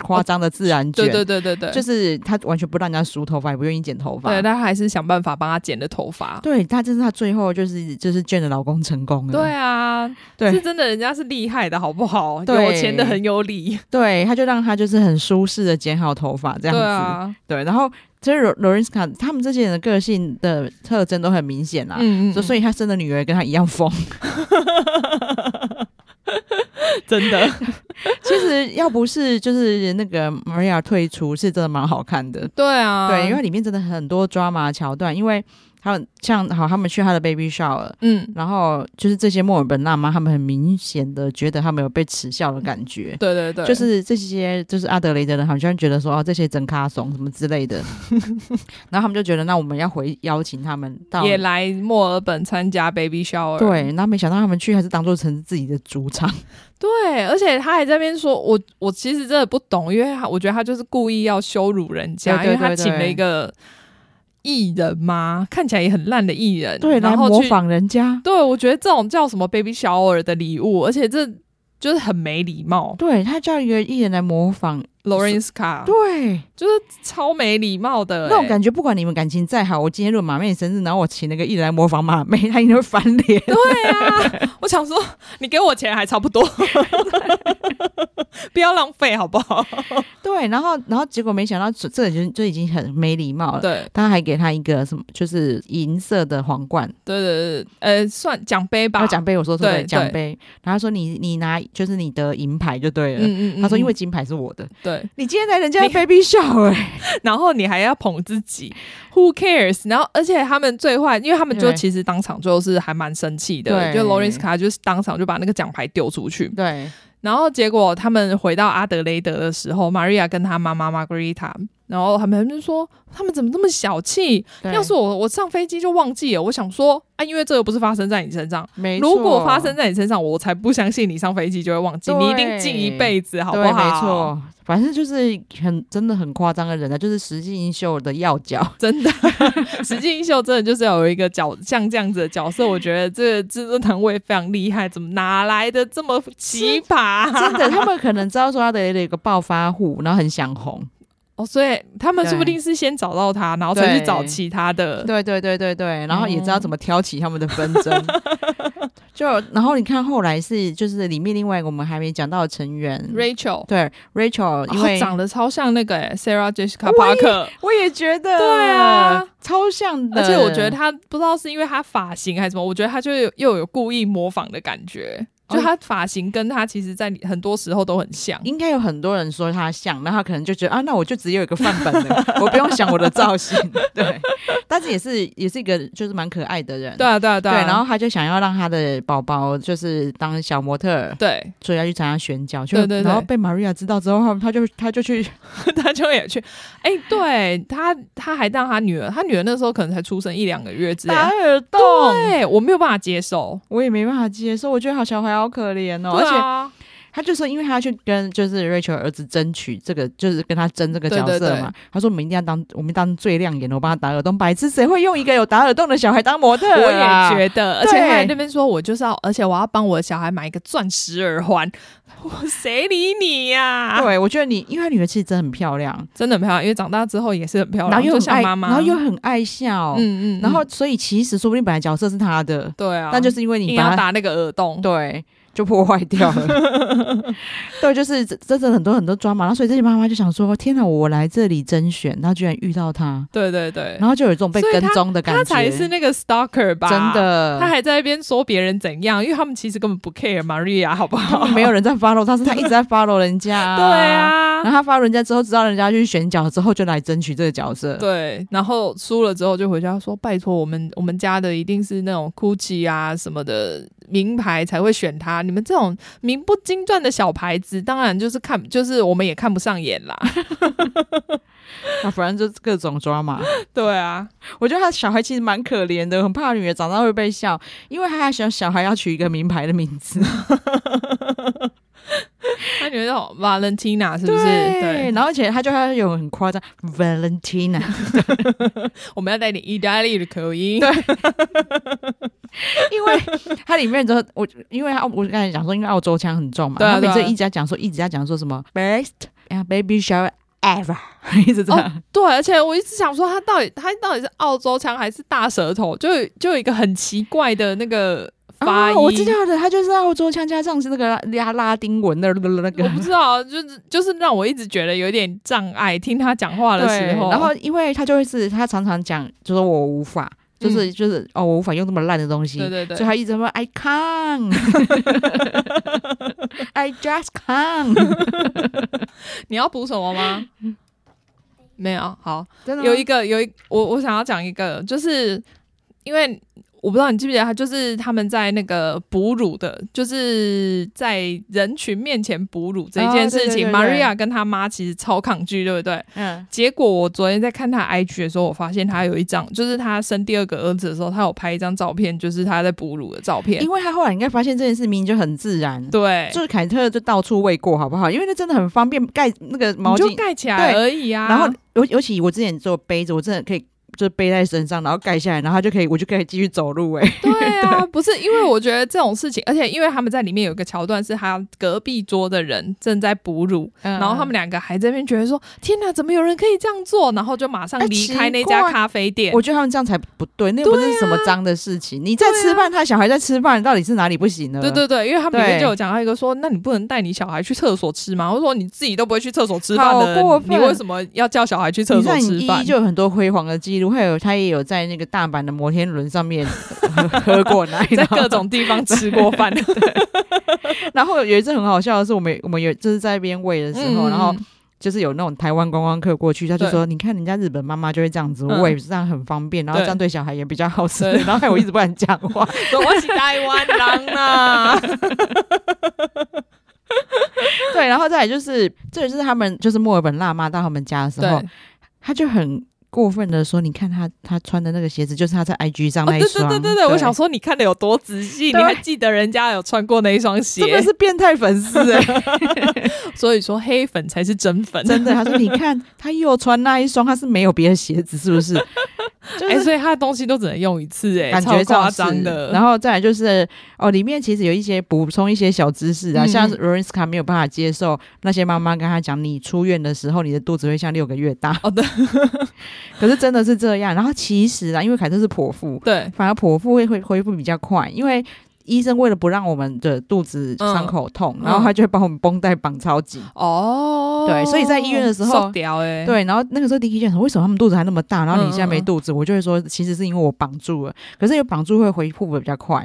Speaker 1: 夸张的自然卷，
Speaker 2: 对对对对对，
Speaker 1: 就是她完全不让人家梳头发，也不愿意剪头发。
Speaker 2: 对，但她还是想办法帮他剪的头发。
Speaker 1: 对，她这是她最后就是就是卷的老公成功了。
Speaker 2: 对啊，
Speaker 1: 嗯对
Speaker 2: 是真的，人家是厉害的，好不好？
Speaker 1: 对
Speaker 2: 有钱的很有理，
Speaker 1: 对，她就让她就是很舒适的剪好头发这
Speaker 2: 对
Speaker 1: 样子。
Speaker 2: 啊，
Speaker 1: 对然后其实罗罗瑞斯卡他们这些人的个性的特征都很明显啦。
Speaker 2: 嗯嗯，
Speaker 1: *laughs* 所所以她生的女儿跟她一样疯。
Speaker 2: 以真的，
Speaker 1: 其实要不是就是那个 Maria 退出，是真的蛮好看的。
Speaker 2: 对啊，
Speaker 1: 对，因为它里面真的很多抓马桥段，因为他们像好，他们去他的 baby shower，
Speaker 2: 嗯，
Speaker 1: 然后就是这些墨尔本辣妈，他们很明显的觉得他们有被耻笑的感觉。
Speaker 2: 对对对，
Speaker 1: 就是这些，就是阿德雷德人好像觉得说，哦，这些真卡怂什么之类
Speaker 2: *laughs*
Speaker 1: 的，然后他们就觉得，那我们要回邀请他们到
Speaker 2: 也来墨尔本参加 baby shower，
Speaker 1: 对，然后没想到他们去还是当做成自己的主场，
Speaker 2: 对，而且他还在那边说，我我其实真的不懂，因为他我觉得他就是故意要羞辱人家，
Speaker 1: 对对
Speaker 2: 因为他
Speaker 1: 对对
Speaker 2: 请了一个艺人嘛，看起来也很烂的艺人，
Speaker 1: 对，来
Speaker 2: 然后
Speaker 1: 模
Speaker 2: 去，
Speaker 1: 仿人家，
Speaker 2: 对我觉得这种叫什么 baby shower 的礼物，而且这就是很没礼貌
Speaker 1: 对他叫一个艺人来模仿，
Speaker 2: ，Lawrence Car
Speaker 1: 对，
Speaker 2: 就是超没礼貌的、欸
Speaker 1: 那种
Speaker 2: 觉。
Speaker 1: 感觉，不管你们感情再好，我今天如果马妹生日，然后我请那个艺人来模仿马妹，他一定会翻脸。
Speaker 2: 对啊，我想说你给我钱还差不多，不要浪费好不好？
Speaker 1: *laughs* 对，然后然后结果没想到这这已经就已经很没礼貌了。
Speaker 2: 对，
Speaker 1: 他还给他一个什么，就是银色的皇冠，
Speaker 2: 对对对，呃，算奖杯吧，
Speaker 1: 然后奖杯我说什
Speaker 2: 对
Speaker 1: 么
Speaker 2: 对
Speaker 1: 奖杯，然后他说你你拿就是你得银牌就对了。
Speaker 2: 嗯，嗯嗯，
Speaker 1: 他说：“因为
Speaker 2: 嗯
Speaker 1: 金牌是我的，
Speaker 2: 对，
Speaker 1: 你今天来人家的
Speaker 2: 你
Speaker 1: baby show 哎、
Speaker 2: 然后你还要捧自己，Who cares？然后而且他们最坏，因为他们就
Speaker 1: 对
Speaker 2: 其实当场最后是还蛮生气的，
Speaker 1: 对
Speaker 2: 就 Lawrence 卡就是当场就把那个奖牌丢出去，
Speaker 1: *laughs* 对，
Speaker 2: 然后结果他们回到阿德雷德的时候，Maria 跟她妈妈 Margarita。然后他们就说：“他们怎么这么小气？
Speaker 1: 对
Speaker 2: 要是我我上飞机就忘记了。我想说啊，因为这又不是发生在你身上，
Speaker 1: 没
Speaker 2: 如果
Speaker 1: 错
Speaker 2: 发生在你身上，我才不相信你上飞机就会忘记，
Speaker 1: 对
Speaker 2: 你一定记一辈子，好不
Speaker 1: 对，
Speaker 2: 好？
Speaker 1: 没，错，反正就是很真的很夸张的人啊，就是实际英秀的要角。
Speaker 2: 真的， *laughs* 实际英秀真的就是要有一个角像这样子的角色，我觉得这个至尊堂位非常厉害，怎么哪来的这么奇
Speaker 1: *laughs*
Speaker 2: 葩？
Speaker 1: 真的，他们可能知道说他的有一个暴发户，然后很想红。
Speaker 2: 哦，所以他们
Speaker 1: 对
Speaker 2: 说不定是先找到他，然后再去
Speaker 1: 对
Speaker 2: 找其他的。
Speaker 1: 对对对对对，然后也知道怎么挑起他们的纷争。 *laughs* 就然后你看后来是就是里面另外一个我们还没讲到的成员
Speaker 2: Rachel，
Speaker 1: 对 Rachel，因
Speaker 2: 哦
Speaker 1: 为、
Speaker 2: 长得超像那个、欸、Sarah Jessica
Speaker 1: 我也
Speaker 2: Parker。
Speaker 1: 我也觉得
Speaker 2: 对啊，
Speaker 1: 超像的，
Speaker 2: 而且我觉得他不知道是因为他发型还是什么，我觉得他就有又有故意模仿的感觉，
Speaker 1: 哦嗯
Speaker 2: 就他发型跟他其实在很多时候都很像。
Speaker 1: 应该有很多人说他像，那他可能就觉得啊，那我就只有一个范本 *laughs* 了，我不用想我的造型。 *laughs* 对，但是也是也是一个就是蛮可爱的人。
Speaker 2: 对啊，对啊，对
Speaker 1: 对，
Speaker 2: 啊。
Speaker 1: 然后他就想要让他的宝宝就是当小模特儿，
Speaker 2: 对， *laughs*
Speaker 1: 所以要去参加选角，就
Speaker 2: 对对对
Speaker 1: 然后被玛瑞亚知道之后，他他就他就去
Speaker 2: 他就也去，哎、对他，他还让他女儿，他女儿那时候可能才出生一两个月之类的。
Speaker 1: 耳洞
Speaker 2: 对，我没有办法接受。
Speaker 1: 我也没办法接受，我觉得好小孩好可怜哦，
Speaker 2: 对
Speaker 1: 而且
Speaker 2: 啊，
Speaker 1: 他就说，因为他要去跟就是 Rachel 儿子争取这个，就是跟他争这个角色嘛，
Speaker 2: 对对对
Speaker 1: 他说我们一定要当我们当最亮眼的，我帮他打耳洞，白痴谁会用一个有打耳洞的小孩当模特
Speaker 2: 我
Speaker 1: 儿啊、得
Speaker 2: 也觉得，而且他还
Speaker 1: 对
Speaker 2: 那边说，我就是要，而且我要帮我的小孩买一个钻石耳环。 *laughs* 我谁理你呀、，
Speaker 1: 对，我觉得你，因为他女儿其实真的很漂亮，
Speaker 2: 真的很漂亮，因为长大之后也是很漂亮，
Speaker 1: 然后又
Speaker 2: 就
Speaker 1: 很
Speaker 2: 像
Speaker 1: 爱，
Speaker 2: 妈妈，
Speaker 1: 然后又很爱笑，
Speaker 2: 嗯嗯，
Speaker 1: 然后
Speaker 2: 嗯
Speaker 1: 所以其实说不定本来角色是他的，
Speaker 2: 对啊，
Speaker 1: 但就是因为你
Speaker 2: 硬
Speaker 1: 把
Speaker 2: 要
Speaker 1: 他
Speaker 2: 打那个耳洞，
Speaker 1: 对，就破坏掉了。 *laughs* 对，就是这这真的很多很多抓马，然后所以这些妈妈就想说：天哪，我来这里甄选，然后居然遇到他，
Speaker 2: 对对对
Speaker 1: 然，后就有一种被
Speaker 2: 所以
Speaker 1: 跟踪的感觉，
Speaker 2: 他才是那个 stalker 吧？
Speaker 1: 真，的。
Speaker 2: 他还在那边说别人怎样，因为他们其实根本不 care Maria 好不
Speaker 1: 他
Speaker 2: 好？
Speaker 1: 们没有人在 follow *laughs* 他，是他一直在 follow 人家。
Speaker 2: 对。啊
Speaker 1: 然。后他 follow 人家之后，知道人家去选角之后，就来争取这个角色。
Speaker 2: 对，然后输了之后就回家说：“拜托，我们我们家的一定是那种 GUCCI 啊什么的名牌才会选他，你们这种名不经传的小牌子，当然就是看，就是我们也看不上眼啦。
Speaker 1: 那反正就各种抓马。”
Speaker 2: *laughs* 对 *laughs* 啊，
Speaker 1: *laughs* 我觉得他小孩其实蛮可怜的，很怕女儿长大会被笑，因为他还想小孩要取一个名牌的名字。
Speaker 2: 他觉得 Valentina 是不是？对，
Speaker 1: 然后而且他就他有很夸张，Valentina， *laughs*
Speaker 2: 我们要带点意大利的口音。
Speaker 1: 因为它里面就是我，因为它我刚才讲说，因为澳洲腔很重嘛，
Speaker 2: 对啊
Speaker 1: 他每
Speaker 2: 对
Speaker 1: 次
Speaker 2: 啊
Speaker 1: 一直在讲说，一直在讲说什么 best and baby shower ever，一 *laughs* 直这样。
Speaker 2: 对，而且我一直想说，他到底他到底是澳洲腔还是大舌头？就有就有一个很奇怪的那个发音，
Speaker 1: 哦我知道的，他就是澳洲腔加上是那个拉拉丁文的 *laughs* 那个
Speaker 2: 我。不知道，就是就是让我一直觉得有点障碍，听他讲话的
Speaker 1: 对
Speaker 2: 时，候，
Speaker 1: 然后因为他就会是他常常讲，就说我无法，就是、就是哦，我无法用这么烂的东西，
Speaker 2: 对对对
Speaker 1: 所以他一直说 I *laughs* can't，I just can't， *laughs*
Speaker 2: 你要补什么吗？没有，好，
Speaker 1: 真的吗
Speaker 2: 有一个有一我我想要讲一个，就是因为我不知道你记不记得，他就是他们在那个哺乳的，就是在人群面前哺乳这一件事
Speaker 1: 哦
Speaker 2: 情、
Speaker 1: 对对对对
Speaker 2: m a r i a 跟他妈其实超抗拒，对不对？
Speaker 1: 嗯，
Speaker 2: 结果我昨天在看他 IG 的时候，我发现他有一张，就是他生第二个儿子的时候，他有拍一张照片，就是他在哺乳的照片
Speaker 1: 因。为他后来应该发现这件事明明就很自然，
Speaker 2: 对，
Speaker 1: 就是凯特就到处喂过，好不好？因为那真的很方便，盖那个毛
Speaker 2: 你就
Speaker 1: 巾，
Speaker 2: 盖起来
Speaker 1: 对
Speaker 2: 而已啊。
Speaker 1: 然 *laughs* 后尤尤其我之前做背着，我真的可以就背在身上，然后盖下来，然后它就可以，我就可以继续走路、欸。哎，
Speaker 2: 对啊，不是因为我觉得这种事情，而且因为他们在里面有一个桥段是他隔壁桌的人正在哺乳，
Speaker 1: 然
Speaker 2: 然后他们两个还在那边觉得说：“天哪，怎么有人可以这样做？”然后就马上
Speaker 1: 哎
Speaker 2: 离开那
Speaker 1: 奇怪
Speaker 2: 家咖啡店。
Speaker 1: 我觉得他们这样才不对，那又不是什么脏的事情。你在吃饭，他小孩在吃饭，到底是哪里不行呢？
Speaker 2: 对对对，因为他们里面
Speaker 1: 对
Speaker 2: 就有讲到一个说，那你不能带你小孩去厕所吃吗？我说你自己都不会去厕所吃饭
Speaker 1: 好
Speaker 2: 的人，
Speaker 1: 过分
Speaker 2: 你为什么要叫小孩去厕
Speaker 1: 你
Speaker 2: 所
Speaker 1: 看，*laughs*
Speaker 2: 吃
Speaker 1: 你
Speaker 2: 饭？
Speaker 1: 一就有很多辉煌的记录，还有他也有在那个大阪的摩天轮上面
Speaker 2: *laughs*
Speaker 1: 喝过奶，
Speaker 2: 在
Speaker 1: 然后
Speaker 2: 各种地方吃过饭，
Speaker 1: *laughs* 然后有一次很好笑的是，我们我们有就是在那边喂的时候，
Speaker 2: 嗯
Speaker 1: 然后就是有那种台湾观光客过去，他就
Speaker 2: 对
Speaker 1: 说：“你看人家日本妈妈就会这样子
Speaker 2: 嗯
Speaker 1: 喂，这样很方便，然后
Speaker 2: 对
Speaker 1: 这样对小孩也比较好吃。”
Speaker 2: 对
Speaker 1: *laughs* 然后害我一直不敢讲话，
Speaker 2: *laughs* 说我是台湾
Speaker 1: *laughs*
Speaker 2: 人啊， *laughs*
Speaker 1: 对，然后再来就是，这也就是他们就是墨尔本辣妈到他们家的时
Speaker 2: 对
Speaker 1: 候，他就很过分的说：“你看他他穿的那个鞋子，就是他在 IG 上那一双。
Speaker 2: 对对对对，我想说你看的有多仔细，你
Speaker 1: 对
Speaker 2: 还记得人家有穿过那一双
Speaker 1: 真的
Speaker 2: 鞋，
Speaker 1: 是变态粉丝哎、
Speaker 2: *laughs* 所以说黑粉才是真粉，
Speaker 1: 真的。他说：“你看，他又穿那一双，他是没有别的鞋子，是不是？”就
Speaker 2: *laughs* 哎、
Speaker 1: 是
Speaker 2: 所以他的东西都只能用一次、哎，
Speaker 1: 感觉
Speaker 2: 超夸
Speaker 1: 上
Speaker 2: 张
Speaker 1: 是
Speaker 2: 的。
Speaker 1: 然后再来就是哦，里面其实有一些补充一些小知识啊，
Speaker 2: 嗯
Speaker 1: 像 r o r i s k a 没有办法接受那些妈妈跟他讲，你出院的时候你的肚子会像六个月大。 *laughs*
Speaker 2: 哦对，
Speaker 1: 可是真的是这样。然后其实啊，因为凯特是剖腹，
Speaker 2: 对
Speaker 1: 反而剖腹会会恢复比较快，因为。医生为了不让我们的肚子伤口痛，
Speaker 2: 嗯
Speaker 1: 然后他就会把我们绷带绑超紧。
Speaker 2: 哦，
Speaker 1: 对所以在医院的时候
Speaker 2: 受屌哎、
Speaker 1: 对，然后那个时候 Dicky 就想，为什么他们肚子还那么大，然后你现在没
Speaker 2: 嗯嗯嗯
Speaker 1: 肚子？我就会说，其实是因为我绑住了。可是有绑住会恢复的比较快。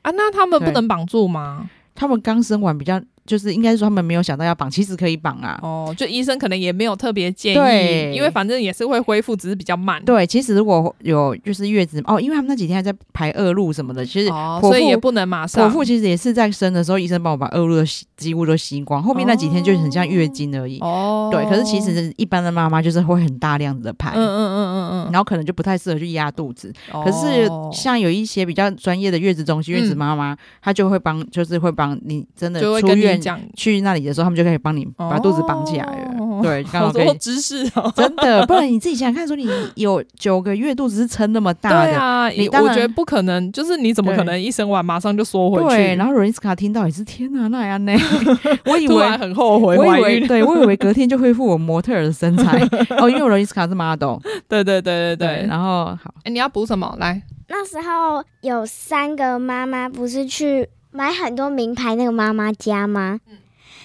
Speaker 2: 啊，那他们不
Speaker 1: 对
Speaker 2: 能绑住吗？
Speaker 1: 他们刚生完比较，就是应该是说他们没有想到要绑，其实可以绑啊。
Speaker 2: 哦，就医生可能也没有特别建
Speaker 1: 对
Speaker 2: 议，因为反正也是会恢复，只是比较慢。
Speaker 1: 对，其实如果有就是月子哦，因为他们那几天还在排恶露什么的，其实
Speaker 2: 哦啊
Speaker 1: 剖，腹、
Speaker 2: 所以也不能马上
Speaker 1: 剖腹其实也是在生的时候，医生帮我把恶露的吸几乎都吸光，后面那几天就很像月经而已。
Speaker 2: 哦，
Speaker 1: 对，可是其实一般的妈妈就是会很大量的排，
Speaker 2: 嗯嗯嗯嗯嗯，
Speaker 1: 然后可能就不太适合去压肚子。
Speaker 2: 哦
Speaker 1: 可是像有一些比较专业的月子中心、月子
Speaker 2: 嗯
Speaker 1: 妈妈，她就会帮，就是会帮你真的
Speaker 2: 就会
Speaker 1: 出
Speaker 2: 跟你
Speaker 1: 院
Speaker 2: 讲，
Speaker 1: 去那里的时候，他们就可以帮你把肚子绑起来了。
Speaker 2: 哦
Speaker 1: 对，刚好
Speaker 2: *laughs* 好
Speaker 1: 可
Speaker 2: 多
Speaker 1: 以。
Speaker 2: 知识
Speaker 1: *laughs*
Speaker 2: 哦。
Speaker 1: 真的，不然你自己想想看，说你有九个月肚子是撑那么大
Speaker 2: 对
Speaker 1: 的，
Speaker 2: 啊，
Speaker 1: 你
Speaker 2: 也
Speaker 1: 当
Speaker 2: 我
Speaker 1: 然
Speaker 2: 觉得不可能，就是你怎么可
Speaker 1: 对
Speaker 2: 能一生完马上就缩回去？
Speaker 1: 对然后 r 瑞斯卡听到也是天哪，那样呢？ *laughs* 我以
Speaker 2: 突
Speaker 1: 为
Speaker 2: 然。很后悔
Speaker 1: 我
Speaker 2: 怀
Speaker 1: 以为 *laughs*
Speaker 2: 孕。
Speaker 1: 对，我以为隔天就恢复我模特儿的身 *laughs* 材哦，因为我 r 瑞斯卡是 model，
Speaker 2: 对对对对对。
Speaker 1: 然后好，
Speaker 2: 哎，你要补什么？来，
Speaker 3: 那时候有三个妈妈不是去买很多名牌那个妈妈家吗？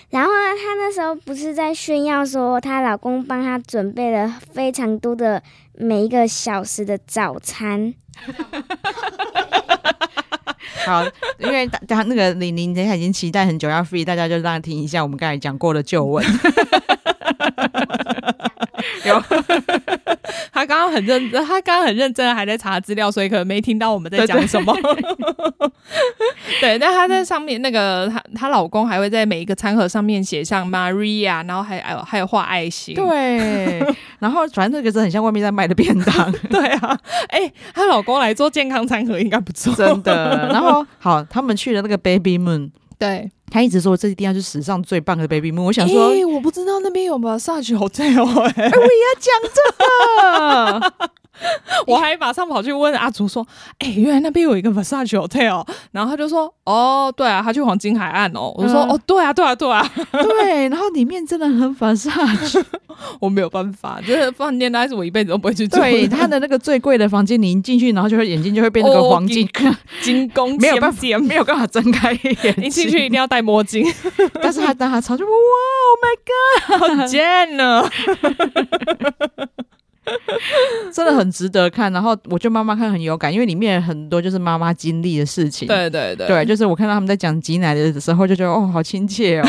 Speaker 3: 然后呢，她那时候不是在炫耀说她老公帮她准备了非常多的每一个小时的早餐。
Speaker 1: 好，因为大家那个李宁，等一下已经期待很久要 free，大家就让他听一下我们刚才讲过的旧闻。有
Speaker 2: 他刚刚很认真，他刚刚很认真地还在查资料，所以可能没听到我们在
Speaker 1: 对嗯
Speaker 2: 讲
Speaker 1: *laughs*
Speaker 2: 什么。对，但他在上面那个她她老公还会在每一个餐盒上面写上 Maria，然后还哎还有还有画爱
Speaker 1: *laughs*
Speaker 2: 心。
Speaker 1: 对，然后反正那个真的很像外面在卖的便 *laughs* 当，
Speaker 2: *laughs* 对啊，哎，她老公来做健康餐盒应该不错。
Speaker 1: 真的。然后好，他们去了那个 Baby Moon，
Speaker 2: 对，
Speaker 1: 他一直说这一定要是史上最棒的 Baby Moon。我想说，
Speaker 2: 欸我不知道那边有 massage hotel 哎、
Speaker 1: 啊
Speaker 2: 我还马上跑去问阿竹说，哎、原来那边有一个 massage hotel，然后他就说，哦，对啊，他去黄金海岸哦，我说，
Speaker 1: 嗯
Speaker 2: 哦，对啊，对啊，对啊， *laughs*
Speaker 1: 对，然后里面真的很反差。
Speaker 2: 我没有办法，这个饭店那是我一辈子都不会去住
Speaker 1: *laughs*
Speaker 2: 的，
Speaker 1: 对，
Speaker 2: *laughs*
Speaker 1: 他的那个最贵的房间，你一进去，然后就会眼睛就会变成个黄 *laughs* 金，
Speaker 2: 精工
Speaker 1: 没有办法
Speaker 2: 尖尖
Speaker 1: *laughs* 没有办法睁开眼睛。
Speaker 2: 一进去一定要戴墨镜，
Speaker 1: *laughs* 但是他当他超就哇，Oh my God！
Speaker 2: 好贱呢！
Speaker 1: 真的很值得看。然后我觉得妈妈看很有感，因为里面很多就是妈妈经历的事情。
Speaker 2: *laughs* 对对对，
Speaker 1: 对，就是我看到他们在讲挤奶的时候，就觉得哦，好亲切 *laughs* 哦。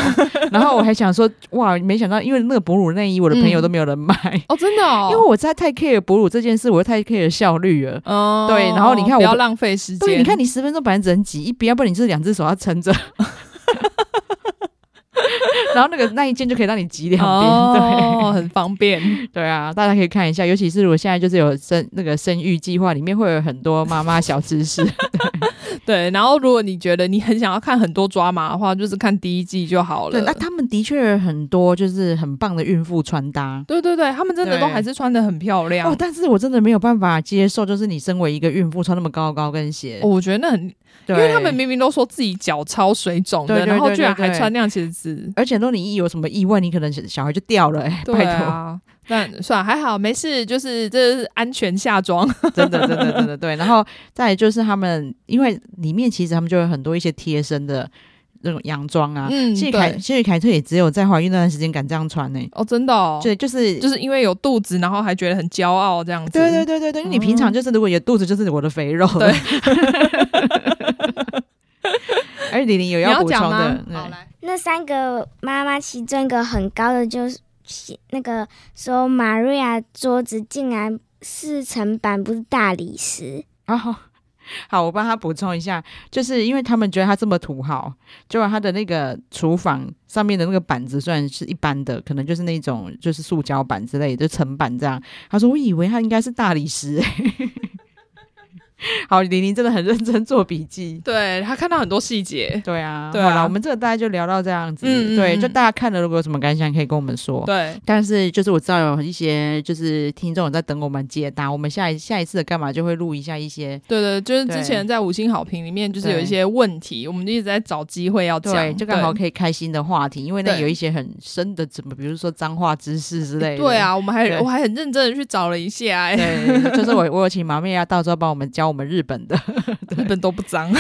Speaker 1: 然后我还想说，哇，没想到因为那个哺乳内衣，我的朋友都没有人买，
Speaker 2: 哦，真的哦，
Speaker 1: 因为我在太 care 哺乳这件事，我又太 care 效率了。
Speaker 2: 哦，
Speaker 1: 对然后你看我
Speaker 2: 不要浪费时间，
Speaker 1: 对，你看你十分钟本来只能挤一边，要不然你就是两只手要撑着。 *laughs* 然后那个那一件就可以让你挤两边，
Speaker 2: 哦，很方便，
Speaker 1: 对对啊，大家可以看一下，尤其是我现在就是有生那个生育计划，里面会有很多妈妈小知识。
Speaker 2: 对。然后如果你觉得你很想要看很多抓马的话，就是看第一季就好
Speaker 1: *laughs*
Speaker 2: 了
Speaker 1: 对，。那他们的确很多就是很棒的孕妇穿搭。
Speaker 2: 对对对，他们真的
Speaker 1: 对
Speaker 2: 都还是穿的很漂亮。
Speaker 1: 哦，但是我真的没有办法接受，就是你身为一个孕妇穿那么高的高跟鞋，
Speaker 2: 哦我觉得那很，因
Speaker 1: 对
Speaker 2: 为他们明明都说自己脚超水肿的，
Speaker 1: 对对
Speaker 2: 然后
Speaker 1: 对
Speaker 2: 居然
Speaker 1: 对
Speaker 2: 还
Speaker 1: 对
Speaker 2: 穿那样鞋子，
Speaker 1: 而且如果你一有什么意外，你可能小小孩就掉了、哎
Speaker 2: 对
Speaker 1: 拜托。
Speaker 2: 啊，但算了，还好没事，就是这是安全下装。
Speaker 1: 真的，真的，真的对。然后再来就是他们，因为里面其实他们就有很多一些贴身的那种洋装啊。
Speaker 2: 嗯
Speaker 1: 谢凯，
Speaker 2: 对
Speaker 1: 谢凯特也只有在怀孕那段时间敢这样穿呢、
Speaker 2: 哦，真的哦，
Speaker 1: 对，就是
Speaker 2: 就是因为有肚子，然后还觉得很骄傲这样子。
Speaker 1: 对对对对对，因为你平常就是如果有肚子，就是我的肥肉。哦对。 *laughs* 而李玲有
Speaker 2: 你
Speaker 1: 要
Speaker 2: 要
Speaker 1: 补充
Speaker 2: 讲
Speaker 1: 的
Speaker 2: 吗？，
Speaker 1: 对
Speaker 2: 来，
Speaker 3: 那三个妈妈其中一个很高的就是那个说玛瑞亚桌子竟然四层板不是大理石，
Speaker 1: *laughs* 然后。好，我帮他补充一下，就是因为他们觉得他这么土豪，结果他的那个厨房上面的那个板子虽然是一般的，可能就是那种就是塑胶板之类的，就层板这样。他说：“我以为他应该是大理石、欸。” *laughs* 好，玲玲真的很认真做笔记。
Speaker 2: 对他看到很多细节。
Speaker 1: 对啊，
Speaker 2: 对
Speaker 1: 好
Speaker 2: 啊
Speaker 1: 了，我们这个大概就聊到这样子。
Speaker 2: 嗯嗯
Speaker 1: 对，
Speaker 2: 嗯
Speaker 1: 就大家看了如果有什么感想，可以跟我们说。
Speaker 2: 对，
Speaker 1: 但是就是我知道有一些就是听众有在等我们解答，我们下一下一次的干嘛就会录一下一些
Speaker 2: 对对，就是
Speaker 1: 对
Speaker 2: 之前在五星好评里面，就是有
Speaker 1: 对
Speaker 2: 一些问题，我们一直在找机会要讲，
Speaker 1: 对，就刚好
Speaker 2: 对
Speaker 1: 可以开心的话题，因为那
Speaker 2: 对
Speaker 1: 有一些很深的，怎么比如说脏话知识之类的。
Speaker 2: 对。啊，我们还
Speaker 1: 对
Speaker 2: 我还很认真的去找了一下、哎
Speaker 1: 对，
Speaker 2: *laughs*
Speaker 1: 就是我，我有请马妹啊，到时候帮我们教我们日本的。
Speaker 2: *laughs* 日本都不脏。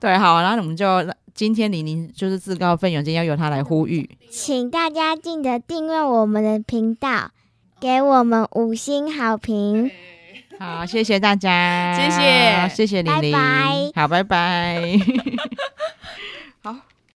Speaker 1: 对，好，然后我们就今天李宁就是自告奋勇，今天要由她来呼吁。
Speaker 3: 请大家记得订阅我们的频道，给我们五星好评。
Speaker 1: 好，谢谢大家，
Speaker 2: 谢谢
Speaker 1: 谢谢李
Speaker 3: 拜
Speaker 1: 宁，
Speaker 3: 拜
Speaker 1: 好，拜拜。好，